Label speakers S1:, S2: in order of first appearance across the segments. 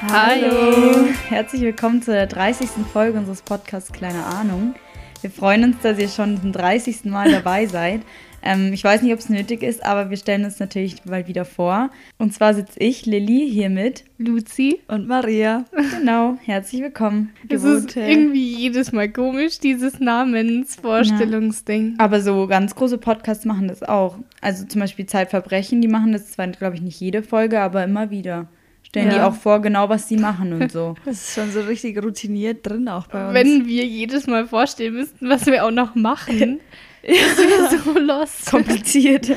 S1: Hallo. Herzlich willkommen zur 30. Folge unseres Podcasts Kleine Ahnung. Wir freuen uns, dass ihr schon zum 30. Mal dabei seid. Ähm, ich weiß nicht, ob es nötig ist, aber wir stellen uns natürlich mal wieder vor. Und zwar sitze ich, Lilly, hier mit.
S2: Luzi.
S3: Und Maria.
S1: Genau, herzlich willkommen.
S2: Es ist
S3: Gute.
S2: irgendwie jedes Mal komisch, dieses Namensvorstellungsding.
S1: Aber so ganz große Podcasts machen das auch. Also zum Beispiel Zeitverbrechen, die machen das zwar, glaube ich, nicht jede Folge, aber immer wieder. Stellen die
S3: Ja.
S1: auch vor, genau was sie machen und so.
S3: Das ist schon so richtig routiniert drin auch bei uns.
S2: Wenn wir jedes Mal vorstellen müssten, was wir auch noch machen, ist wir so lost.
S1: Kompliziert.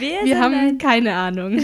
S2: Wir haben keine Ahnung.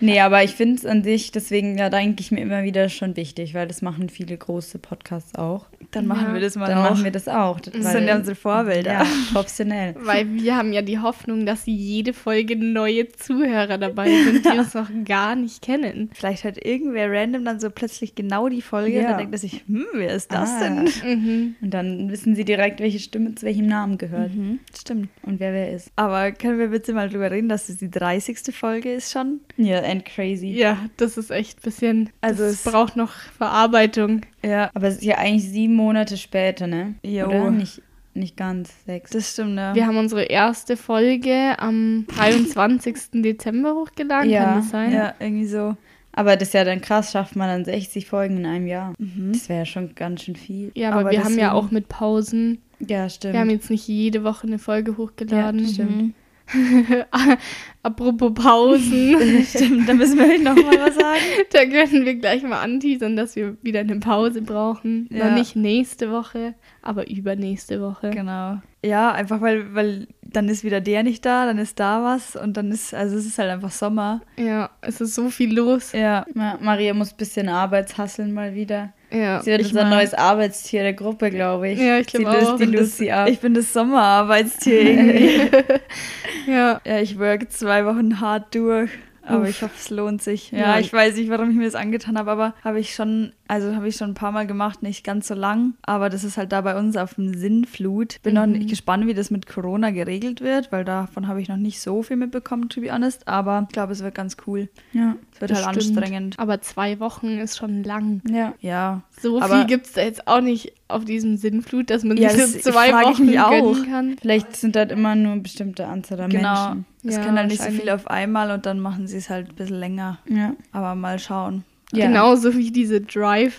S1: Nee, aber ich finde es an sich, deswegen, ja, denke ich mir immer wieder schon wichtig, weil das machen viele große Podcasts auch.
S3: Dann machen
S2: Ja.
S3: wir das mal
S1: Dann
S3: auch.
S1: machen wir das auch.
S3: das
S1: weil-
S3: sind ja unsere Vorbilder.
S1: ja, professionell.
S2: Weil wir haben ja die Hoffnung, dass jede Folge neue Zuhörer dabei sind, die uns noch gar nicht kennen.
S3: Vielleicht hört irgendwer random dann so plötzlich genau die Folge und
S1: Ja.
S3: dann denkt er sich, hm, wer ist das
S1: Ah.
S3: denn?
S2: Mhm.
S1: Und dann wissen sie direkt, welche Stimme zu welchem Namen gehört
S3: Mhm, stimmt.
S1: und wer wer ist.
S3: Aber können wir bitte mal drüber reden, dass es die 30. Folge ist schon?
S1: Ja, and crazy.
S2: Ja, das ist echt ein bisschen.
S3: Also
S2: Also
S3: es-
S2: es braucht noch Verarbeitung.
S3: Ja,
S1: Aber es ist ja eigentlich sieben Monate später, ne?
S3: Jo.
S1: Oder? Nicht, nicht ganz, sechs.
S3: das stimmt, ne?
S2: Wir haben unsere erste Folge am 23. Dezember hochgeladen,
S1: Ja,
S2: kann das sein?
S3: ja, irgendwie so.
S1: aber das ist ja dann krass, schafft man dann 60 Folgen in einem Jahr.
S3: Mhm.
S1: Das wäre ja schon ganz schön viel.
S2: Ja, aber,
S3: Aber
S2: wir haben ja
S3: deswegen-
S2: auch mit Pausen.
S1: Ja, stimmt.
S2: Wir haben jetzt nicht jede Woche eine Folge hochgeladen.
S1: Ja,
S3: Stimmt.
S2: Apropos Pausen,
S3: stimmt, da müssen wir halt nochmal was sagen.
S2: da können wir gleich mal anteasern, dass wir wieder eine Pause brauchen.
S3: Ja.
S2: Noch nicht nächste Woche, aber übernächste Woche.
S3: Genau. Ja, einfach weil, weil dann ist wieder der nicht da, dann ist da was und dann ist, also es ist halt einfach Sommer.
S2: Ja, es ist so viel los.
S3: Ja,
S1: Ma- Maria muss ein bisschen Arbeitshasseln mal wieder.
S2: Ja,
S1: Sie wird
S3: ich
S1: unser
S3: mein-
S1: neues Arbeitstier der Gruppe, glaube ich.
S2: Ja, ich
S1: Sie
S2: glaub
S1: löst
S2: auch.
S1: die
S3: Und
S1: Lucy
S3: das,
S1: ab.
S3: Ich bin das Sommerarbeitstier irgendwie.
S2: ja.
S3: ja, ich work zwei Wochen hart durch. Aber
S2: Uff.
S3: ich hoffe, es lohnt sich. Ja,
S2: Ja.
S3: ich weiß nicht, warum ich mir das angetan habe, aber habe ich schon, also habe ich schon ein paar Mal gemacht, nicht ganz so lang. Aber das ist halt da bei uns auf dem Sinnflut. Bin noch
S2: Mhm.
S3: nicht gespannt, wie das mit Corona geregelt wird, weil davon habe ich noch nicht so viel mitbekommen, to be honest. Aber ich glaube, es wird ganz cool.
S1: ja.
S3: Es wird
S2: das
S3: halt
S2: stimmt.
S3: anstrengend.
S2: Aber zwei Wochen ist schon lang.
S1: Ja.
S3: Ja.
S2: So
S3: Aber-
S2: viel gibt es da jetzt auch nicht auf diesem Sinnflut, dass man
S3: Ja,
S2: sich
S3: das
S2: so zwei
S3: frag ich
S2: Wochen
S3: mich auch.
S2: gönnen kann.
S1: Vielleicht sind halt immer nur eine bestimmte Anzahl an
S3: Genau.
S1: Menschen.
S3: Es
S2: Ja,
S3: können halt nicht so
S2: wahrscheinlich.
S3: viele auf einmal und dann machen sie es halt ein bisschen länger.
S1: Ja.
S3: Aber mal schauen.
S1: ja.
S2: Genauso wie diese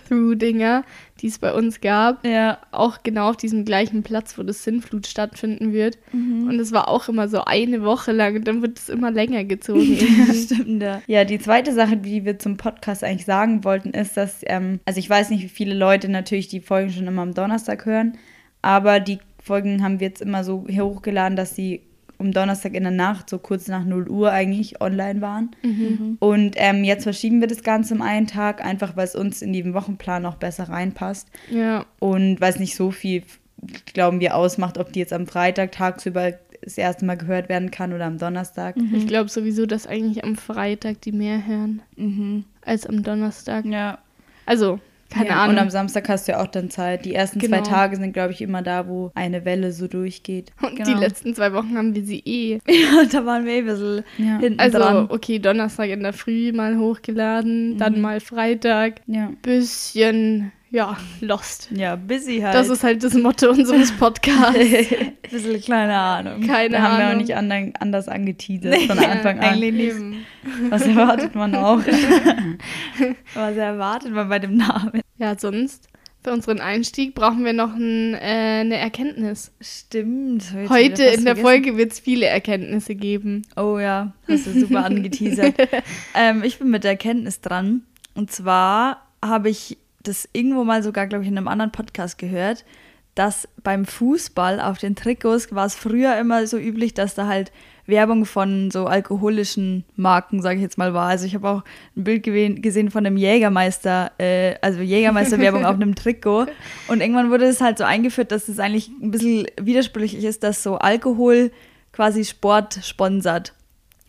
S2: Drive-Thru-Dinger, die es bei uns gab.
S3: Ja,
S2: auch genau auf diesem gleichen Platz, wo das Sinnflut stattfinden wird.
S1: Mhm.
S2: Und es war auch immer so eine Woche lang und dann wird es immer länger gezogen. irgendwie.
S3: stimmt. Ja.
S1: Ja, die zweite Sache, die wir zum Podcast eigentlich sagen wollten, ist, dass, ähm, also ich weiß nicht, wie viele Leute natürlich die Folgen schon immer am Donnerstag hören, aber die Folgen haben wir jetzt immer so hier hochgeladen, dass sie um Donnerstag in der Nacht, so kurz nach 0 Uhr eigentlich, online waren.
S2: Mhm.
S1: Und ähm, jetzt verschieben wir das Ganze um einen Tag, einfach weil es uns in den Wochenplan auch besser reinpasst.
S2: ja,
S1: und weil es nicht so viel, glauben wir, ausmacht, ob die jetzt am Freitag tagsüber das erste Mal gehört werden kann oder am Donnerstag.
S2: ich glaube sowieso, dass eigentlich am Freitag die mehr hören
S3: Mhm.
S2: als am Donnerstag.
S3: Ja.
S2: Also, keine
S1: Ja,
S2: Ahnung.
S1: Und am Samstag hast du ja auch dann Zeit. Die ersten
S2: Genau.
S1: zwei Tage sind, glaube ich, immer da, wo eine Welle so durchgeht.
S2: und die
S3: genau.
S2: letzten zwei Wochen haben wir sie eh.
S3: ja, da waren wir eh ein bisschen
S1: Ja.
S3: hinten
S2: Also,
S3: dran.
S2: okay, Donnerstag in der Früh mal hochgeladen,
S1: Mhm.
S2: dann mal Freitag.
S1: Ja.
S2: Bisschen, ja, lost.
S3: Ja, busy halt.
S2: Das ist halt das Motto unseres Podcasts.
S3: ein bisschen keine Ahnung.
S2: Keine
S1: Da haben wir auch
S2: Ahnung.
S1: nicht andern- anders angeteasert von Anfang an.
S3: eigentlich nicht.
S2: Eben.
S1: Was erwartet man auch?
S3: Was erwartet man bei dem Namen?
S2: Ja, sonst für unseren Einstieg brauchen wir noch ein, äh, eine Erkenntnis.
S3: Stimmt. hab ich jetzt
S2: Heute
S3: wieder fast
S2: in der
S3: vergessen.
S2: Folge wird es viele Erkenntnisse geben.
S3: Oh ja, hast du super angeteasert. ähm, ich bin mit der Erkenntnis dran. Und zwar habe ich das irgendwo mal sogar, glaube ich, in einem anderen Podcast gehört, dass beim Fußball auf den Trikots war es früher immer so üblich, dass da halt Werbung von so alkoholischen Marken, sage ich jetzt mal, war. Also ich habe auch ein Bild gewe- gesehen von einem Jägermeister, äh, also Jägermeister-Werbung auf einem Trikot. Und irgendwann wurde es halt so eingeführt, dass es eigentlich ein bisschen widersprüchlich ist, dass so Alkohol quasi Sport sponsert.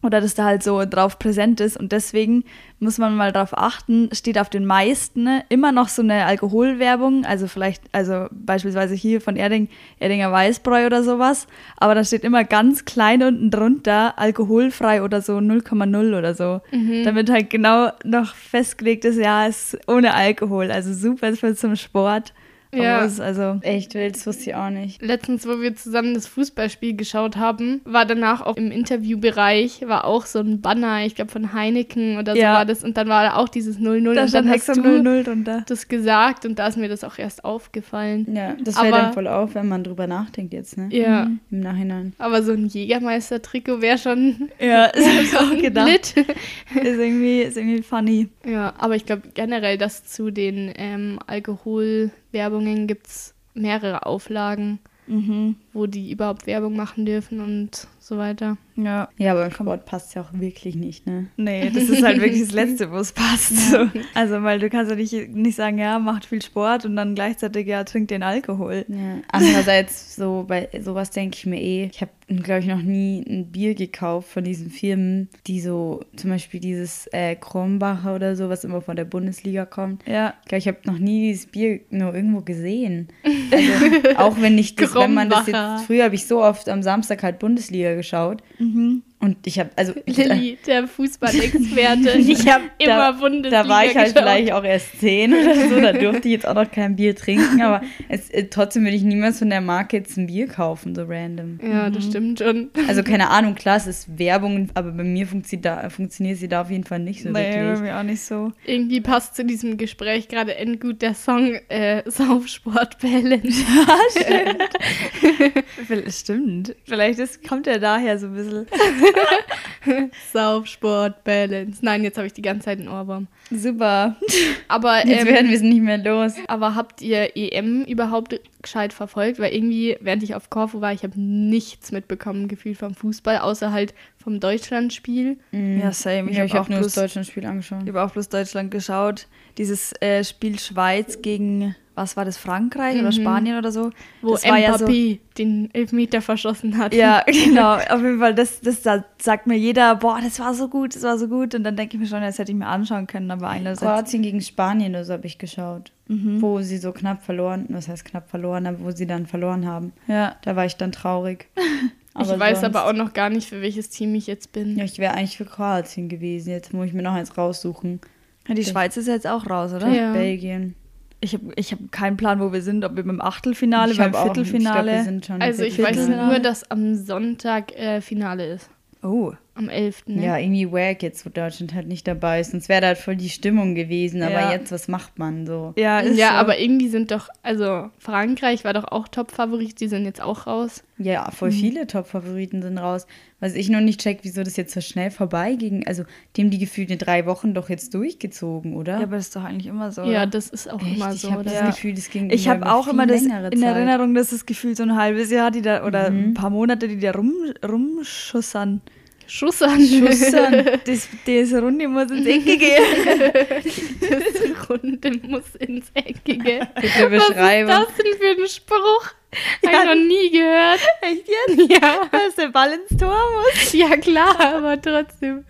S3: oder dass da halt so drauf präsent ist. Und deswegen muss man mal drauf achten, steht auf den meisten ne, immer noch so eine Alkoholwerbung, also vielleicht, also beispielsweise hier von Erding, Erdinger Weißbräu oder sowas, aber da steht immer ganz klein unten drunter, alkoholfrei oder so 0,0 oder so. Damit halt genau noch festgelegt ist, ja, es ist ohne Alkohol, also super für zum Sport. Aber
S2: Ja.
S3: es ist also,
S1: Echt wild, das wusste ich auch nicht.
S2: Letztens, wo wir zusammen das Fußballspiel geschaut haben, war danach auch im Interviewbereich war auch so ein Banner, ich glaube von Heineken oder
S3: Ja.
S2: so war das und dann war da auch dieses 0-0
S3: da
S2: und dann
S3: stand
S2: hast
S3: extra
S2: du
S3: 00 drunter.
S2: das gesagt und da ist mir das auch erst aufgefallen.
S1: Ja, das fällt
S2: Aber-
S1: einem voll auf, wenn man drüber nachdenkt jetzt,
S3: Mhm.
S1: ne?
S2: Ja,
S1: Im Nachhinein.
S2: aber so ein Jägermeister-Trikot wäre schon
S3: Ja, das hab ich auch gedacht.
S2: lit.
S3: Ist irgendwie, ist irgendwie funny.
S2: Ja, aber ich glaube generell, dass zu den ähm, Alkoholwerbungen gibt es mehrere Auflagen,
S3: Mhm.
S2: wo die überhaupt Werbung machen dürfen und so weiter.
S3: Ja.
S1: Ja, aber im Sport passt ja auch wirklich nicht, ne?
S3: Nee, das ist halt wirklich das Letzte, wo es passt. So. Also, weil du kannst ja nicht, nicht sagen, ja, macht viel Sport und dann gleichzeitig, ja, trinkt den Alkohol.
S1: Ja. Andererseits, so bei sowas denke ich mir eh. Ich habe, glaube ich, noch nie ein Bier gekauft von diesen Firmen, die so, zum Beispiel dieses äh, Kronbacher oder so, was immer von der Bundesliga kommt.
S3: Ja.
S1: Ich glaube, ich habe noch nie dieses Bier nur irgendwo gesehen. Also, auch wenn ich das, wenn man das
S2: Kronbacher.
S1: jetzt, früher habe ich so oft am Samstag halt Bundesliga geschaut
S3: Mhm.
S1: und ich habe, also
S2: Lilly, der Fußballexperte. Ich habe immer Bundesliga
S1: Da war ich halt
S2: geschaut.
S3: genau.
S1: vielleicht auch erst zehn oder so, da durfte ich jetzt auch noch kein Bier trinken, aber es, äh, trotzdem würde ich niemals von der Marke jetzt ein Bier kaufen, so random.
S2: Ja, das stimmt schon.
S1: Also keine Ahnung, klar, es ist Werbung, aber bei mir funktio da, funktioniert sie da auf jeden Fall nicht so
S3: nee, bei
S1: wirklich.
S3: mir auch nicht so.
S2: Irgendwie passt zu diesem Gespräch gerade endgut der Song äh, Saufsport Balance.
S3: Vielleicht- Stimmt. Vielleicht ist, kommt er daher so ein bisschen.
S2: Saufsport Balance. Nein, jetzt habe ich die ganze Zeit einen Ohrwurm.
S3: Super.
S2: Aber
S1: Jetzt
S2: ähm,
S1: werden wir es nicht mehr los.
S2: Aber habt ihr EM überhaupt gescheit verfolgt? Weil irgendwie, während ich auf Korfu war, ich habe nichts mitbekommen, gefühlt vom Fußball, außer halt vom Deutschlandspiel.
S3: Ja, same.
S1: Mhm.
S3: Ich
S1: Ja,
S3: habe
S1: ich
S3: auch,
S1: habe nur das
S3: bloß-
S1: Deutschlandspiel angeschaut.
S3: ich hab auch bloß Deutschland geschaut. Dieses äh, Spiel Schweiz gegen, was war das, Frankreich oder Spanien oder so?
S2: Wo
S3: das war
S2: Mbappé
S3: ja so
S2: den Elfmeter verschossen hat.
S3: Ja, genau. Auf jeden Fall, das, das da sagt mir jeder, boah, das war so gut, das war so gut. Und dann denke ich mir schon, das hätte ich mir anschauen können, aber einerseits.
S1: Kroatien gegen Spanien, oder so habe ich geschaut,
S3: Mhm.
S1: wo sie so knapp verloren, was heißt knapp verloren, aber wo sie dann verloren haben.
S3: Ja.
S1: Da war ich dann traurig.
S2: ich weiß aber auch noch gar nicht, für welches Team ich jetzt bin.
S1: Ja, ich wäre eigentlich für Kroatien gewesen. Jetzt muss ich mir noch eins raussuchen.
S3: Die Schweiz ist jetzt auch raus, oder?
S2: Ja.
S1: Belgien.
S3: Ich habe ich hab keinen Plan, wo wir sind, ob wir beim Achtelfinale, beim
S1: hab auch- Ich glaub, wir
S3: Viertelfinale.
S1: sind schon
S2: also ich weiß
S3: Genau.
S1: Viertelfinale.
S2: nur, dass am Sonntag äh, Finale ist.
S3: oh.
S2: Am 11. Ne?
S1: Ja, irgendwie wack jetzt, wo Deutschland halt nicht dabei ist. Sonst wäre da halt voll die Stimmung gewesen. Aber
S3: Ja.
S1: jetzt, was macht man so?
S3: Ja, ist
S2: ja,
S3: so.
S2: aber irgendwie sind doch, also Frankreich war doch auch Top-Favorit, die sind jetzt auch raus.
S1: Ja, voll viele Top-Favoriten sind raus. Was ich noch nicht check, wieso das jetzt so schnell vorbei ging. Also, die haben die gefühlt in drei Wochen doch jetzt durchgezogen, oder?
S3: Ja, aber das ist doch eigentlich immer so.
S2: Ja,
S3: oder?
S2: das ist auch
S1: Echt?
S2: immer
S1: ich
S2: so.
S1: habe
S2: oder?
S1: das
S3: Ja.
S1: Gefühl, das ging
S3: ich habe
S1: über
S3: auch
S1: viel
S3: immer das in
S1: längere Zeit. Mhm.
S3: Erinnerung, dass das Gefühl so ein halbes Jahr die da, oder ein paar Monate, die da rum, rumschussern.
S2: Schuss an.
S3: Schussern. das, diese Runde muss ins Ecke gehen.
S2: Das Runde muss ins Eckige.
S1: Bitte
S2: Was ist
S1: Beschreibung.
S2: das denn für ein Spruch? Hab
S3: Ja.
S2: ich noch nie gehört.
S3: Echt jetzt?
S2: Ja,
S3: Dass der Ball ins Tor muss.
S2: ja klar, aber trotzdem.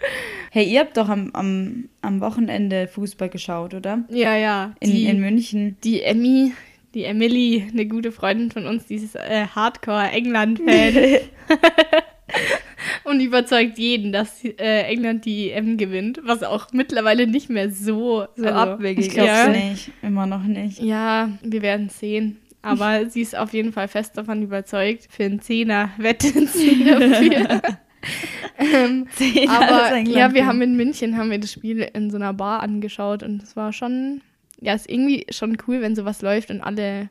S1: Hey, ihr habt doch am, am, am Wochenende Fußball geschaut, oder?
S2: Ja, ja.
S1: In,
S2: Die,
S1: in München.
S2: die Emmy, die Emily, eine gute Freundin von uns, die ist äh, Hardcore-England-Fan. Und überzeugt jeden, dass äh, England die EM gewinnt, was auch mittlerweile nicht mehr so, also,
S3: So abwegig ne?
S1: Ich glaube
S2: ja.
S1: nicht. Immer noch nicht.
S2: Ja, wir werden sehen. Aber sie ist auf jeden Fall fest davon überzeugt, für einen Zehner wetten sie dafür. ähm,
S3: Zehn aus
S2: aber
S3: England
S2: ja, wir
S3: gehen.
S2: haben in München haben wir das Spiel in so einer Bar angeschaut und es war schon, ja, ist irgendwie schon cool, wenn sowas läuft und alle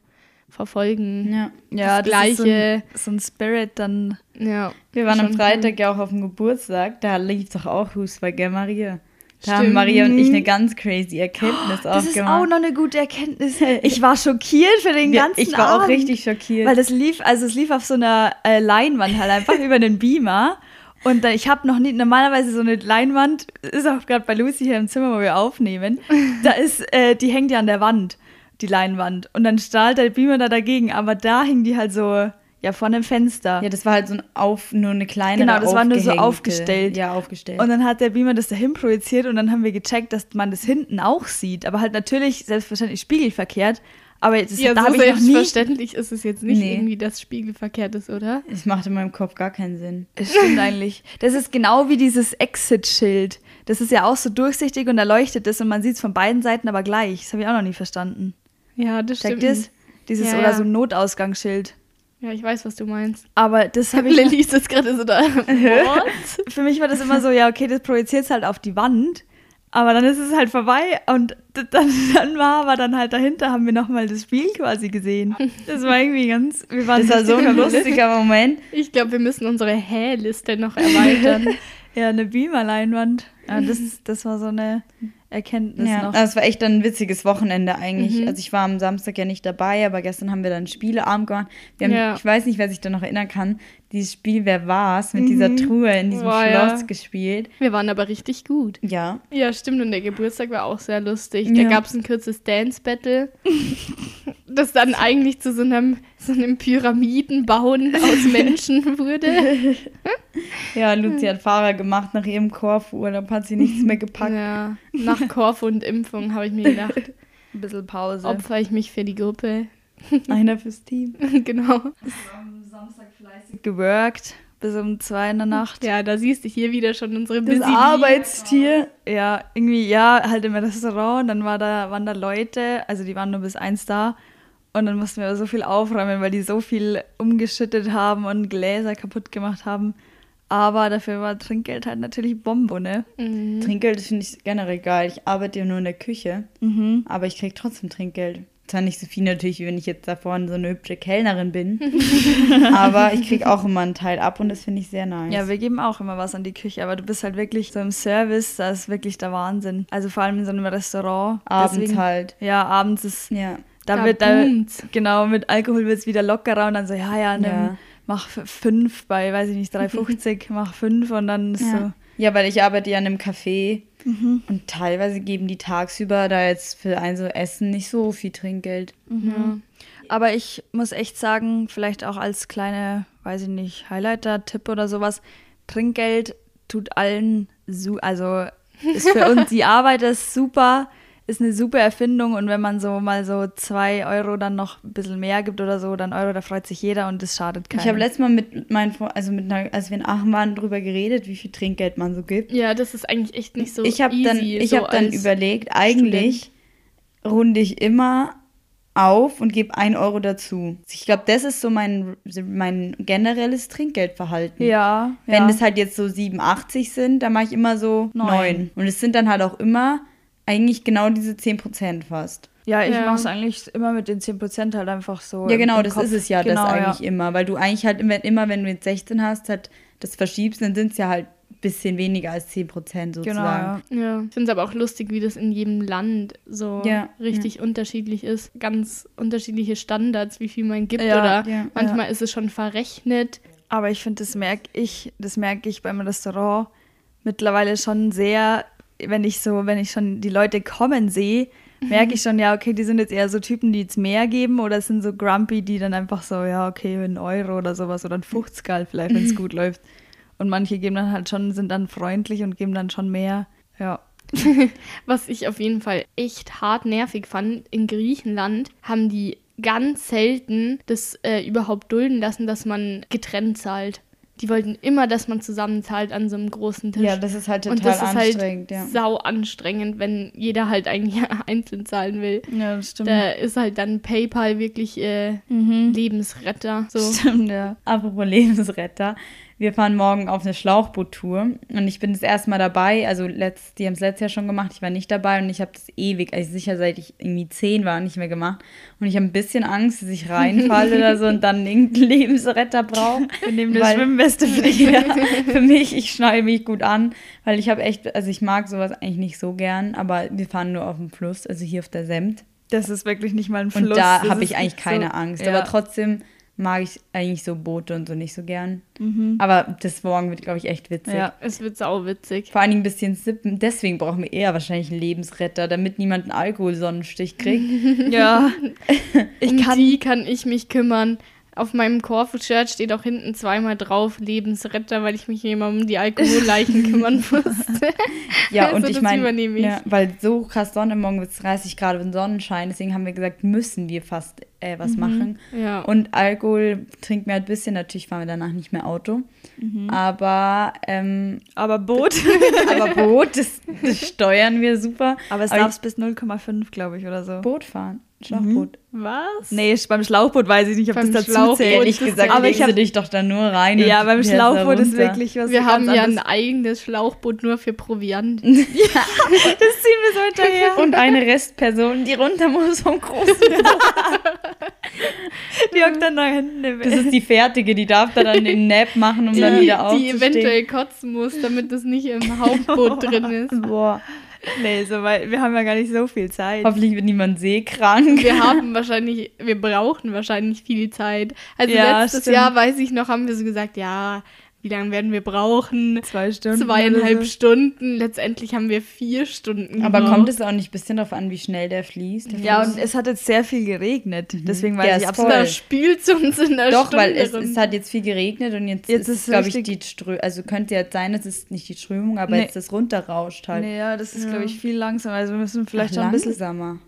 S2: verfolgen.
S1: Ja.
S3: ja,
S2: das
S3: das
S2: Gleiche.
S3: Ist so, ein, so ein Spirit dann.
S2: Ja,
S1: Wir waren am
S2: schon
S1: Freitag ja auch auf dem Geburtstag, da lief doch auch Fußball, gell, Maria? Da haben
S2: Stimmt.
S1: Maria und ich eine ganz crazy Erkenntnis
S3: Das ist auch
S1: gemacht.
S3: noch eine gute Erkenntnis. Ich war schockiert für den
S1: Ja,
S3: ganzen
S1: ich war auch
S3: Abend.
S1: richtig schockiert.
S3: Weil das lief, also es lief auf so einer äh, Leinwand halt einfach über den Beamer. Und dann, ich habe noch nie, normalerweise so eine Leinwand, ist auch gerade bei Lucy hier im Zimmer, wo wir aufnehmen, da ist, äh, die hängt ja an der Wand, die Leinwand. Und dann strahlt der Beamer da dagegen, aber da hing die halt so, Ja, vor einem Fenster.
S1: Ja, das war halt so ein auf, nur eine kleine.
S3: Genau, das war nur so aufgestellt.
S1: äh, Ja, aufgestellt.
S3: Und dann hat der Beamer das dahin projiziert und dann haben wir gecheckt, dass man das hinten auch sieht. Aber halt natürlich, selbstverständlich spiegelverkehrt. Aber das
S2: Ja,
S3: da
S2: so
S3: habe ich noch nie.
S2: selbstverständlich ist es jetzt nicht
S1: Nee.
S2: irgendwie, dass spiegelverkehrt ist, oder?
S1: das macht in meinem Kopf gar keinen Sinn.
S3: Das stimmt eigentlich. Das ist genau wie dieses Exit-Schild. Das ist ja auch so durchsichtig und da leuchtet es und man sieht es von beiden Seiten aber gleich. Das habe ich auch noch nie verstanden.
S2: Ja, das
S3: Checkt
S2: stimmt.
S3: ihr es? Dieses
S2: Ja,
S3: oder
S2: ja.
S3: so ein Notausgangsschild.
S2: Ja, ich weiß, was du meinst.
S3: Aber das habe ich.
S2: Lilly ist jetzt gerade so da. What?
S3: für mich war das immer so, ja, okay, das projiziert halt auf die Wand, aber dann ist es halt vorbei und d- dann, dann war aber dann halt dahinter, haben wir nochmal das Spiel quasi gesehen. Das war irgendwie ganz, wir waren
S1: Das war so
S3: richtig
S1: ein
S3: verwirrt.
S1: lustiger Moment.
S2: Ich glaube, wir müssen unsere Hä-Liste noch erweitern.
S3: Ja, eine Beamer-Leinwand. Ja, das, das war so eine Erkenntnis
S1: Ja,
S3: noch.
S1: also es war echt ein witziges Wochenende eigentlich.
S2: Mhm.
S1: Also ich war am Samstag ja nicht dabei, aber gestern haben wir dann Spieleabend gemacht. Wir haben,
S2: Ja.
S1: Ich weiß nicht, wer sich da noch erinnern kann, dieses Spiel Wer war's mit dieser Truhe in diesem
S2: Mhm. Boah, ja.
S1: Schloss gespielt.
S2: Wir waren aber richtig gut.
S1: Ja.
S2: Ja, stimmt. Und der Geburtstag war auch sehr lustig. Da
S1: Ja.
S2: gab es ein kurzes Dance-Battle, das dann eigentlich zu so einem, so einem Pyramidenbauen aus Menschen wurde.
S1: Ja, Luzi hat Fahrer gemacht nach ihrem Korfu-Urlaub, hat sie nichts mehr gepackt.
S2: Ja, nach Korfu und Impfung habe ich mir gedacht,
S3: Ein bisschen Pause.
S2: opfer ich mich für die Gruppe.
S1: Einer fürs Team.
S2: genau.
S3: Geworkt bis um zwei in der Nacht.
S2: Ja, da siehst du hier wieder schon unsere
S1: Das
S2: Busy Bee.
S1: Arbeitstier.
S3: ja, irgendwie, ja, halt im Restaurant, dann war da, waren da Leute, also die waren nur bis eins da. Und dann mussten wir aber so viel aufräumen, weil die so viel umgeschüttet haben und Gläser kaputt gemacht haben. Aber dafür war Trinkgeld halt natürlich Bombo, ne?
S2: Mhm.
S1: Trinkgeld finde ich generell geil. Ich arbeite ja nur in der Küche,
S3: Mhm.
S1: aber ich kriege trotzdem Trinkgeld. Zwar nicht so viel natürlich, wie wenn ich jetzt da vorne so eine hübsche Kellnerin bin, aber ich kriege auch immer einen Teil ab und das finde ich sehr nice.
S3: Ja, wir geben auch immer was an die Küche, aber du bist halt wirklich so im Service, das ist wirklich der Wahnsinn. Also vor allem in so einem Restaurant.
S1: Abends
S3: Deswegen-
S1: halt.
S3: Ja, abends ist
S1: Ja.
S3: Da,
S2: Da
S3: wird da,
S2: boomt's.
S3: genau mit Alkohol wird es wieder lockerer und dann so ja ja, nimm,
S1: Ja.
S3: mach f- fünf bei weiß ich nicht 3,50 mach fünf und dann ist
S1: ja. Ja, weil ich arbeite ja in einem Café
S3: Mhm.
S1: und teilweise geben die tagsüber da jetzt für ein so Essen nicht so viel Trinkgeld.
S2: Ja.
S3: so. Aber ich muss echt sagen, vielleicht auch als kleine weiß ich nicht Highlighter-Tipp oder sowas, Trinkgeld tut allen so, also ist für uns die Arbeit ist super. Ist eine super Erfindung und wenn man so mal so zwei Euro dann noch ein bisschen mehr gibt oder so, dann Euro, da freut sich jeder und das schadet keinem.
S1: Ich habe letztes Mal mit meinen Freunden, also mit einer, als wir in Aachen waren, drüber geredet, wie viel Trinkgeld man so gibt.
S2: ja, das ist eigentlich echt nicht so
S1: ich habe
S2: easy.
S1: dann, ich
S2: so
S1: hab dann
S2: als-
S1: überlegt, eigentlich runde ich immer auf und gebe 1 Euro dazu. Ich glaube, das ist so mein, mein generelles Trinkgeldverhalten.
S3: ja,
S1: Wenn
S3: ja.
S1: es halt jetzt so 7,80 sind, dann mache ich immer so
S3: Neun.
S1: 9. Und es sind dann halt auch immer eigentlich genau diese 10% fast.
S3: Ja, ich
S2: Ja.
S3: mach's mache es eigentlich immer mit den 10% halt einfach so.
S1: Ja,
S3: im-
S1: genau,
S3: im
S1: das
S3: Kopf.
S1: ist es ja,
S3: Genau,
S1: das eigentlich immer. Weil du eigentlich halt immer, immer wenn du jetzt 16 hast, halt das verschiebst, dann sind es ja halt ein bisschen weniger als 10% sozusagen.
S3: Genau, ja.
S2: Ja, ich finde es aber auch lustig, wie das in jedem Land so
S1: Ja,
S2: richtig unterschiedlich ist. Ganz unterschiedliche Standards, wie viel man gibt
S3: Ja,
S2: oder
S1: ja,
S2: manchmal ist es schon verrechnet.
S3: Aber ich finde, das merke ich, das merke ich beim Restaurant mittlerweile schon sehr, wenn ich so, wenn ich schon die Leute kommen sehe, merke ich schon, ja, okay, die sind jetzt eher so Typen, die jetzt mehr geben oder es sind so grumpy, die dann einfach so, ja, okay, ein Euro oder sowas oder ein 50 halt vielleicht, wenn es gut läuft. Und manche geben dann halt schon, sind dann freundlich und geben dann schon mehr. Ja.
S2: Was ich auf jeden Fall echt hart nervig fand, in Griechenland haben die ganz selten das äh, überhaupt dulden lassen, dass man getrennt zahlt. Die wollten immer, dass man zusammen zahlt an so einem großen Tisch.
S1: Ja, das ist halt total
S2: Und das ist
S1: anstrengend,
S2: halt
S1: ja.
S2: sau anstrengend, wenn jeder halt eigentlich einzeln zahlen will.
S3: Ja, das stimmt. Mhm.
S2: Da ist halt dann PayPal wirklich äh, Lebensretter. So.
S3: Stimmt, ja.
S1: Apropos Lebensretter. Wir fahren morgen auf eine Schlauchboottour und ich bin das erste Mal dabei. Also, letzt, die haben es letztes Jahr schon gemacht. Ich war nicht dabei und ich habe das ewig, also sicher seit ich irgendwie zehn war, nicht mehr gemacht. Und ich habe ein bisschen Angst, dass ich reinfalle oder so und dann irgendeinen Lebensretter brauche.
S3: Wir nehmen das
S1: Weil-
S3: Schwimmweste für dich.
S1: ja, für mich, ich schneide mich gut an, weil ich habe echt, also ich mag sowas eigentlich nicht so gern, aber wir fahren nur auf dem Fluss, also hier auf der Semt.
S3: Das ist wirklich nicht mal ein
S1: Und
S3: Fluss.
S1: da
S3: das
S1: habe
S3: ist
S1: ich eigentlich
S3: so-
S1: keine Angst.
S3: ja.
S1: Aber trotzdem mag ich eigentlich so Boote und so nicht so gern. Aber das morgen wird, glaube ich, echt witzig.
S3: Mhm. Ja.
S2: Es wird sauwitzig.
S1: Vor allen Dingen ein bisschen sippen. Deswegen brauchen wir eher wahrscheinlich einen Lebensretter, damit niemand einen Alkoholsonnenstich kriegt.
S3: Ja. Ich
S2: um
S3: kann.
S2: die kann ich mich kümmern. Auf meinem Corfu-Shirt steht auch hinten zweimal drauf Lebensretter, weil ich mich immer um die Alkoholleichen kümmern musste.
S1: Ja,
S2: Also
S1: und ich
S2: das
S1: meine,
S2: übernehme ich.
S1: ja, weil so krass Sonne, morgen wird es 30 Grad und Sonnenschein, deswegen haben wir gesagt, müssen wir fast äh,
S3: Mhm.
S1: was machen.
S2: Ja.
S1: Und Alkohol trinken wir halt ein bisschen, natürlich fahren wir danach nicht mehr Auto. Aber, ähm,
S3: Mhm. Aber Boot.
S1: aber Boot, das, das steuern wir super.
S3: Aber es darf bis 0,5, glaube ich, oder so.
S1: ich- Boot fahren, Schlauchboot.
S3: Mhm.
S2: Was?
S3: Nee, beim Schlauchboot weiß ich nicht, ob
S2: Beim
S3: das dazu
S2: Schlauchboot.
S3: zählt.
S1: Ehrlich
S2: das
S1: gesagt,
S2: kann-
S1: aber
S2: Aber
S1: ich
S2: ich
S1: legst du dich doch da nur rein.
S3: Ja,
S1: und
S3: beim
S1: fährst da
S3: Schlauchboot ist
S1: runter.
S3: wirklich was
S2: Wir haben
S3: ganz
S2: ja ein
S3: anderes.
S2: eigenes Schlauchboot nur für Proviant.
S3: Das ziehen wir so hinterher.
S1: Und eine Restperson, die runter muss um vom großen.
S3: die hockt dann da hinten im
S1: Das ist die Fertige, die darf da dann den Nap machen, um
S2: Die,
S1: dann wieder
S2: die
S1: aufzustehen.
S2: eventuell kotzen muss, damit das nicht im Hauptboot drin ist.
S1: Boah.
S3: Nee, so, weil wir haben ja gar nicht so viel Zeit.
S1: Hoffentlich wird niemand seekrank.
S2: Wir haben wahrscheinlich, wir brauchen wahrscheinlich viel Zeit. Also
S3: Ja,
S2: letztes
S3: stimmt.
S2: Jahr, weiß ich noch, haben wir so gesagt, ja, wie lange werden wir brauchen?
S3: Zwei Stunden.
S2: Zweieinhalb
S3: oder so.
S2: Stunden. Letztendlich haben wir vier Stunden
S1: Aber
S2: gebraucht.
S1: kommt es auch nicht ein bisschen darauf an, wie schnell der fließt? Der
S3: Mhm. Ja,
S1: Fluss?
S3: und es hat jetzt sehr viel geregnet. Deswegen weiß
S1: Der Mhm.
S3: ich
S1: ist
S3: absolut.
S1: voll.
S2: Da spielt es uns in der
S1: Doch,
S2: Stunde
S1: weil es, halt
S2: rum.
S1: es hat jetzt viel geregnet und jetzt,
S3: Jetzt
S1: ist,
S3: ist
S1: glaube ich, die
S3: richtig-
S1: Strömung. Also könnte jetzt sein, es ist nicht die Strömung, aber
S3: Nee.
S1: jetzt das runterrauscht halt.
S3: Nee, ja, das ist, glaube ich, viel langsamer. Also wir müssen vielleicht
S1: Ach,
S3: noch ein bisschen.
S1: langsamer.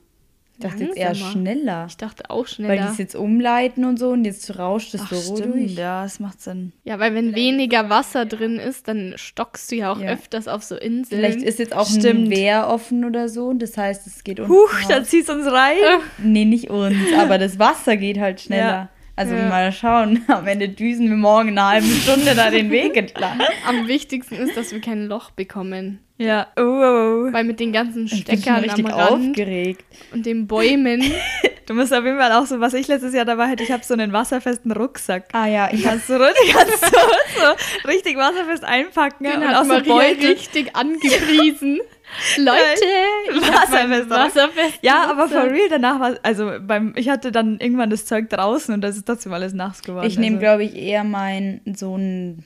S1: Ich dachte jetzt eher
S2: Langsamer.
S1: schneller.
S2: ich dachte auch
S1: Weil die
S2: schneller.
S1: es jetzt umleiten und so und jetzt rauscht es so durch.
S3: ja, es macht Sinn.
S2: ja, weil wenn weniger Wasser drin ist, dann stockst du ja auch
S1: Ja.
S2: öfters auf so Inseln.
S1: Vielleicht ist jetzt auch ein
S3: Stimmt.
S1: Wehr offen oder so und das heißt, es geht unten
S3: Huch,
S1: raus.
S3: da zieht uns rein.
S1: Nee, nicht uns, aber das Wasser geht halt schneller.
S3: Ja.
S1: Also
S2: Ja.
S1: mal schauen, am Ende düsen wir morgen eine halbe Stunde da den Weg entlang.
S2: Am wichtigsten ist, dass wir kein Loch bekommen.
S3: Ja. Oh, oh,
S2: Weil mit den ganzen
S1: Ich bin schon
S2: Steckern am
S1: richtig
S2: Rand
S1: aufgeregt.
S2: und den Bäumen.
S3: oh. Du musst auf jeden Fall auch so, was ich letztes Jahr dabei hatte, ich habe so einen wasserfesten Rucksack.
S1: Ah ja, ich
S3: Kannst du richtig, kannst du so richtig wasserfest einpacken
S2: Den
S3: und
S2: hat
S3: auch so
S2: Maria
S3: Beutel.
S2: richtig angepriesen. Leute, ich hab meinen
S3: Wasserfest.
S2: Wasserfest.
S3: Ja, aber for
S2: Rucksack.
S3: real, danach war also beim, ich hatte dann irgendwann das Zeug draußen und das ist trotzdem alles nass geworden.
S1: Ich nehme,
S3: also.
S1: glaube ich, eher mein so einen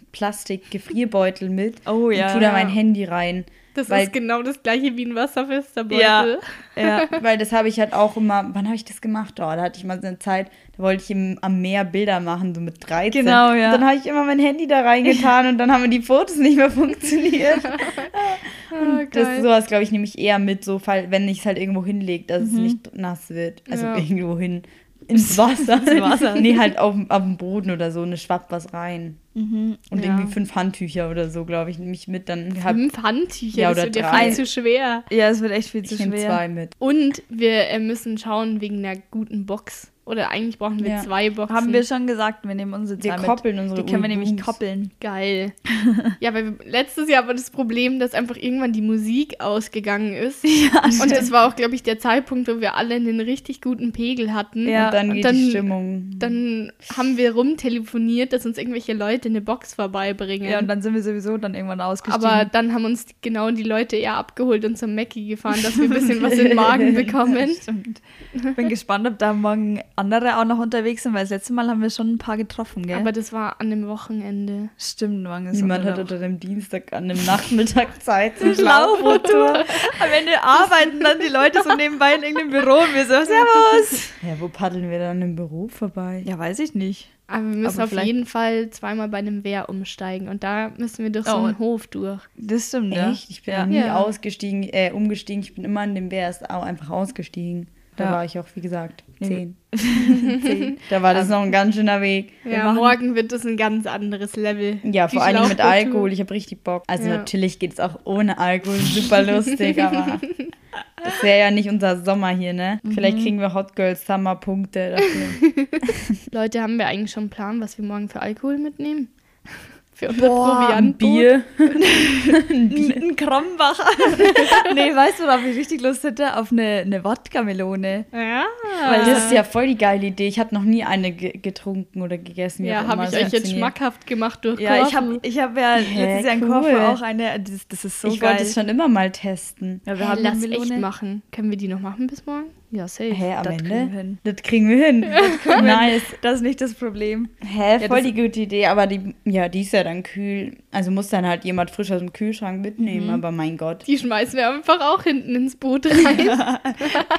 S1: Plastik-Gefrierbeutel mit
S3: Oh, ja.
S1: und tu da mein Handy rein.
S2: Das
S1: weil,
S2: ist genau das gleiche wie ein wasserfester Beutel.
S3: Ja. Ja.
S1: weil das habe ich halt auch immer, wann habe ich das gemacht? Oh, da hatte ich mal so eine Zeit, da wollte ich im, am Meer Bilder machen, so mit 13.
S3: Genau, ja.
S1: Und dann habe ich immer mein Handy da reingetan und dann haben die Fotos nicht mehr funktioniert.
S2: Ah,
S1: Das
S2: geil.
S1: sowas, glaube ich, nehme ich eher mit, so fall, wenn ich es halt irgendwo hinlege, dass es nicht nass wird. Also
S2: Ja.
S1: irgendwo hin. Ins Wasser.
S3: Ins Wasser.
S1: nee, halt auf, auf dem Boden oder so. Und es schwappt was rein. Und
S2: Ja.
S1: irgendwie fünf Handtücher oder so, glaube ich, nehme ich mit. Dann hab,
S2: Fünf Handtücher,
S1: Ja,
S2: das
S1: oder
S2: wird ja
S1: drei.
S2: viel zu schwer.
S3: ja, es wird echt viel zu
S1: ich nehme
S3: schwer.
S1: zwei mit.
S2: Und wir äh, müssen schauen wegen einer guten Box. Oder eigentlich brauchen wir
S1: Ja.
S2: zwei Boxen.
S3: Haben wir schon gesagt, wir nehmen unsere
S1: Wir
S3: zwei
S1: koppeln
S3: mit.
S1: unsere
S3: Die können wir
S1: Ui-Booms.
S3: nämlich koppeln.
S2: Geil. ja, weil wir- letztes Jahr war das Problem, dass einfach irgendwann die Musik ausgegangen ist. Ja, und das war auch, glaube ich, der Zeitpunkt, wo wir alle einen richtig guten Pegel hatten.
S3: Ja.
S1: Und dann
S2: Und
S1: geht
S2: dann-
S1: die Stimmung.
S2: Dann haben wir rumtelefoniert, dass uns irgendwelche Leute eine Box vorbeibringen.
S3: Ja, und dann sind wir sowieso dann irgendwann ausgestiegen.
S2: aber dann haben uns die- genau die Leute eher abgeholt und zum Mackie gefahren, dass wir ein bisschen was in den Magen bekommen.
S3: Stimmt. Ich bin gespannt, ob da morgen andere auch noch unterwegs sind, weil das letzte Mal haben wir schon ein paar getroffen, gell?
S2: Aber das war an dem Wochenende.
S3: Stimmt, morgen ist
S1: Niemand hat
S3: unter
S1: unter
S3: der
S1: dem Dienstag an dem Nachmittag Zeit zum
S3: Schlauchmotor. Am Ende arbeiten dann die Leute so nebenbei in irgendeinem Büro und wir so, Servus.
S1: Ja, wo paddeln wir dann im Büro vorbei?
S3: Ja, weiß ich nicht.
S2: Aber wir müssen
S3: Aber
S2: auf
S3: vielleicht-
S2: jeden Fall zweimal bei einem Wehr umsteigen und da müssen wir durch so
S3: Oh.
S2: einen Hof durch.
S3: Das stimmt,
S1: Echt? Ich bin
S3: ja.
S1: noch nie
S2: Ja.
S1: ausgestiegen, äh, umgestiegen. Ich bin immer in dem BSA einfach ausgestiegen. Da
S3: Ja.
S1: war ich auch, wie gesagt,
S3: Nee. Also
S1: zehn. Da war das noch ein ganz schöner Weg.
S2: Ja, morgen wird es ein ganz anderes Level.
S1: Ja,
S2: Die
S1: vor allem mit
S2: Schlauchboot-Tour.
S1: Alkohol. Ich habe richtig Bock. Also
S2: Ja.
S1: natürlich geht es auch ohne Alkohol super lustig, aber das wäre ja nicht unser Sommer hier, ne?
S3: Mhm.
S1: Vielleicht kriegen wir Hot Girl Summer Punkte dafür.
S2: Leute, haben wir eigentlich schon einen Plan, was wir morgen für Alkohol mitnehmen? Für unser
S3: Boah,
S1: Ein
S2: Proviantboot?
S1: Bier.
S3: Ein, ein Krombacher. nee, weißt du, worauf ich richtig Lust hätte? Auf eine, eine Wodka-Melone.
S2: Ja.
S3: Ah.
S1: Weil das ist ja voll die geile Idee. Ich habe noch nie eine ge getrunken oder gegessen. wie
S2: ja,
S1: auch
S2: habe
S1: immer
S2: ich
S1: es
S2: euch jetzt
S1: funktioniert.
S2: schmackhaft gemacht durch
S3: Ja, ich
S2: Korfu.
S3: habe ich hab ja
S1: Hä,
S3: letztes Jahr in
S1: cool.
S3: Korfu auch eine. Das, das ist so
S1: ich
S3: geil.
S1: wollte es schon immer mal testen.
S3: ja, wir
S2: Hä,
S3: haben
S2: Äh, lass
S3: eine Melone.
S2: echt machen. Können wir die noch machen bis morgen? Ja, safe.
S1: Hä, ne? am
S3: das
S1: Ende?
S3: kriegen wir hin.
S1: Das kriegen wir hin. nice.
S3: Das ist nicht das Problem.
S1: Hä,
S3: Ja,
S1: voll die
S3: das-
S1: gute Idee, aber die, ja, die ist ja dann kühl. Also muss dann halt jemand frisch aus dem Kühlschrank mitnehmen, aber mein Gott.
S2: Die schmeißen wir einfach auch hinten ins Boot rein.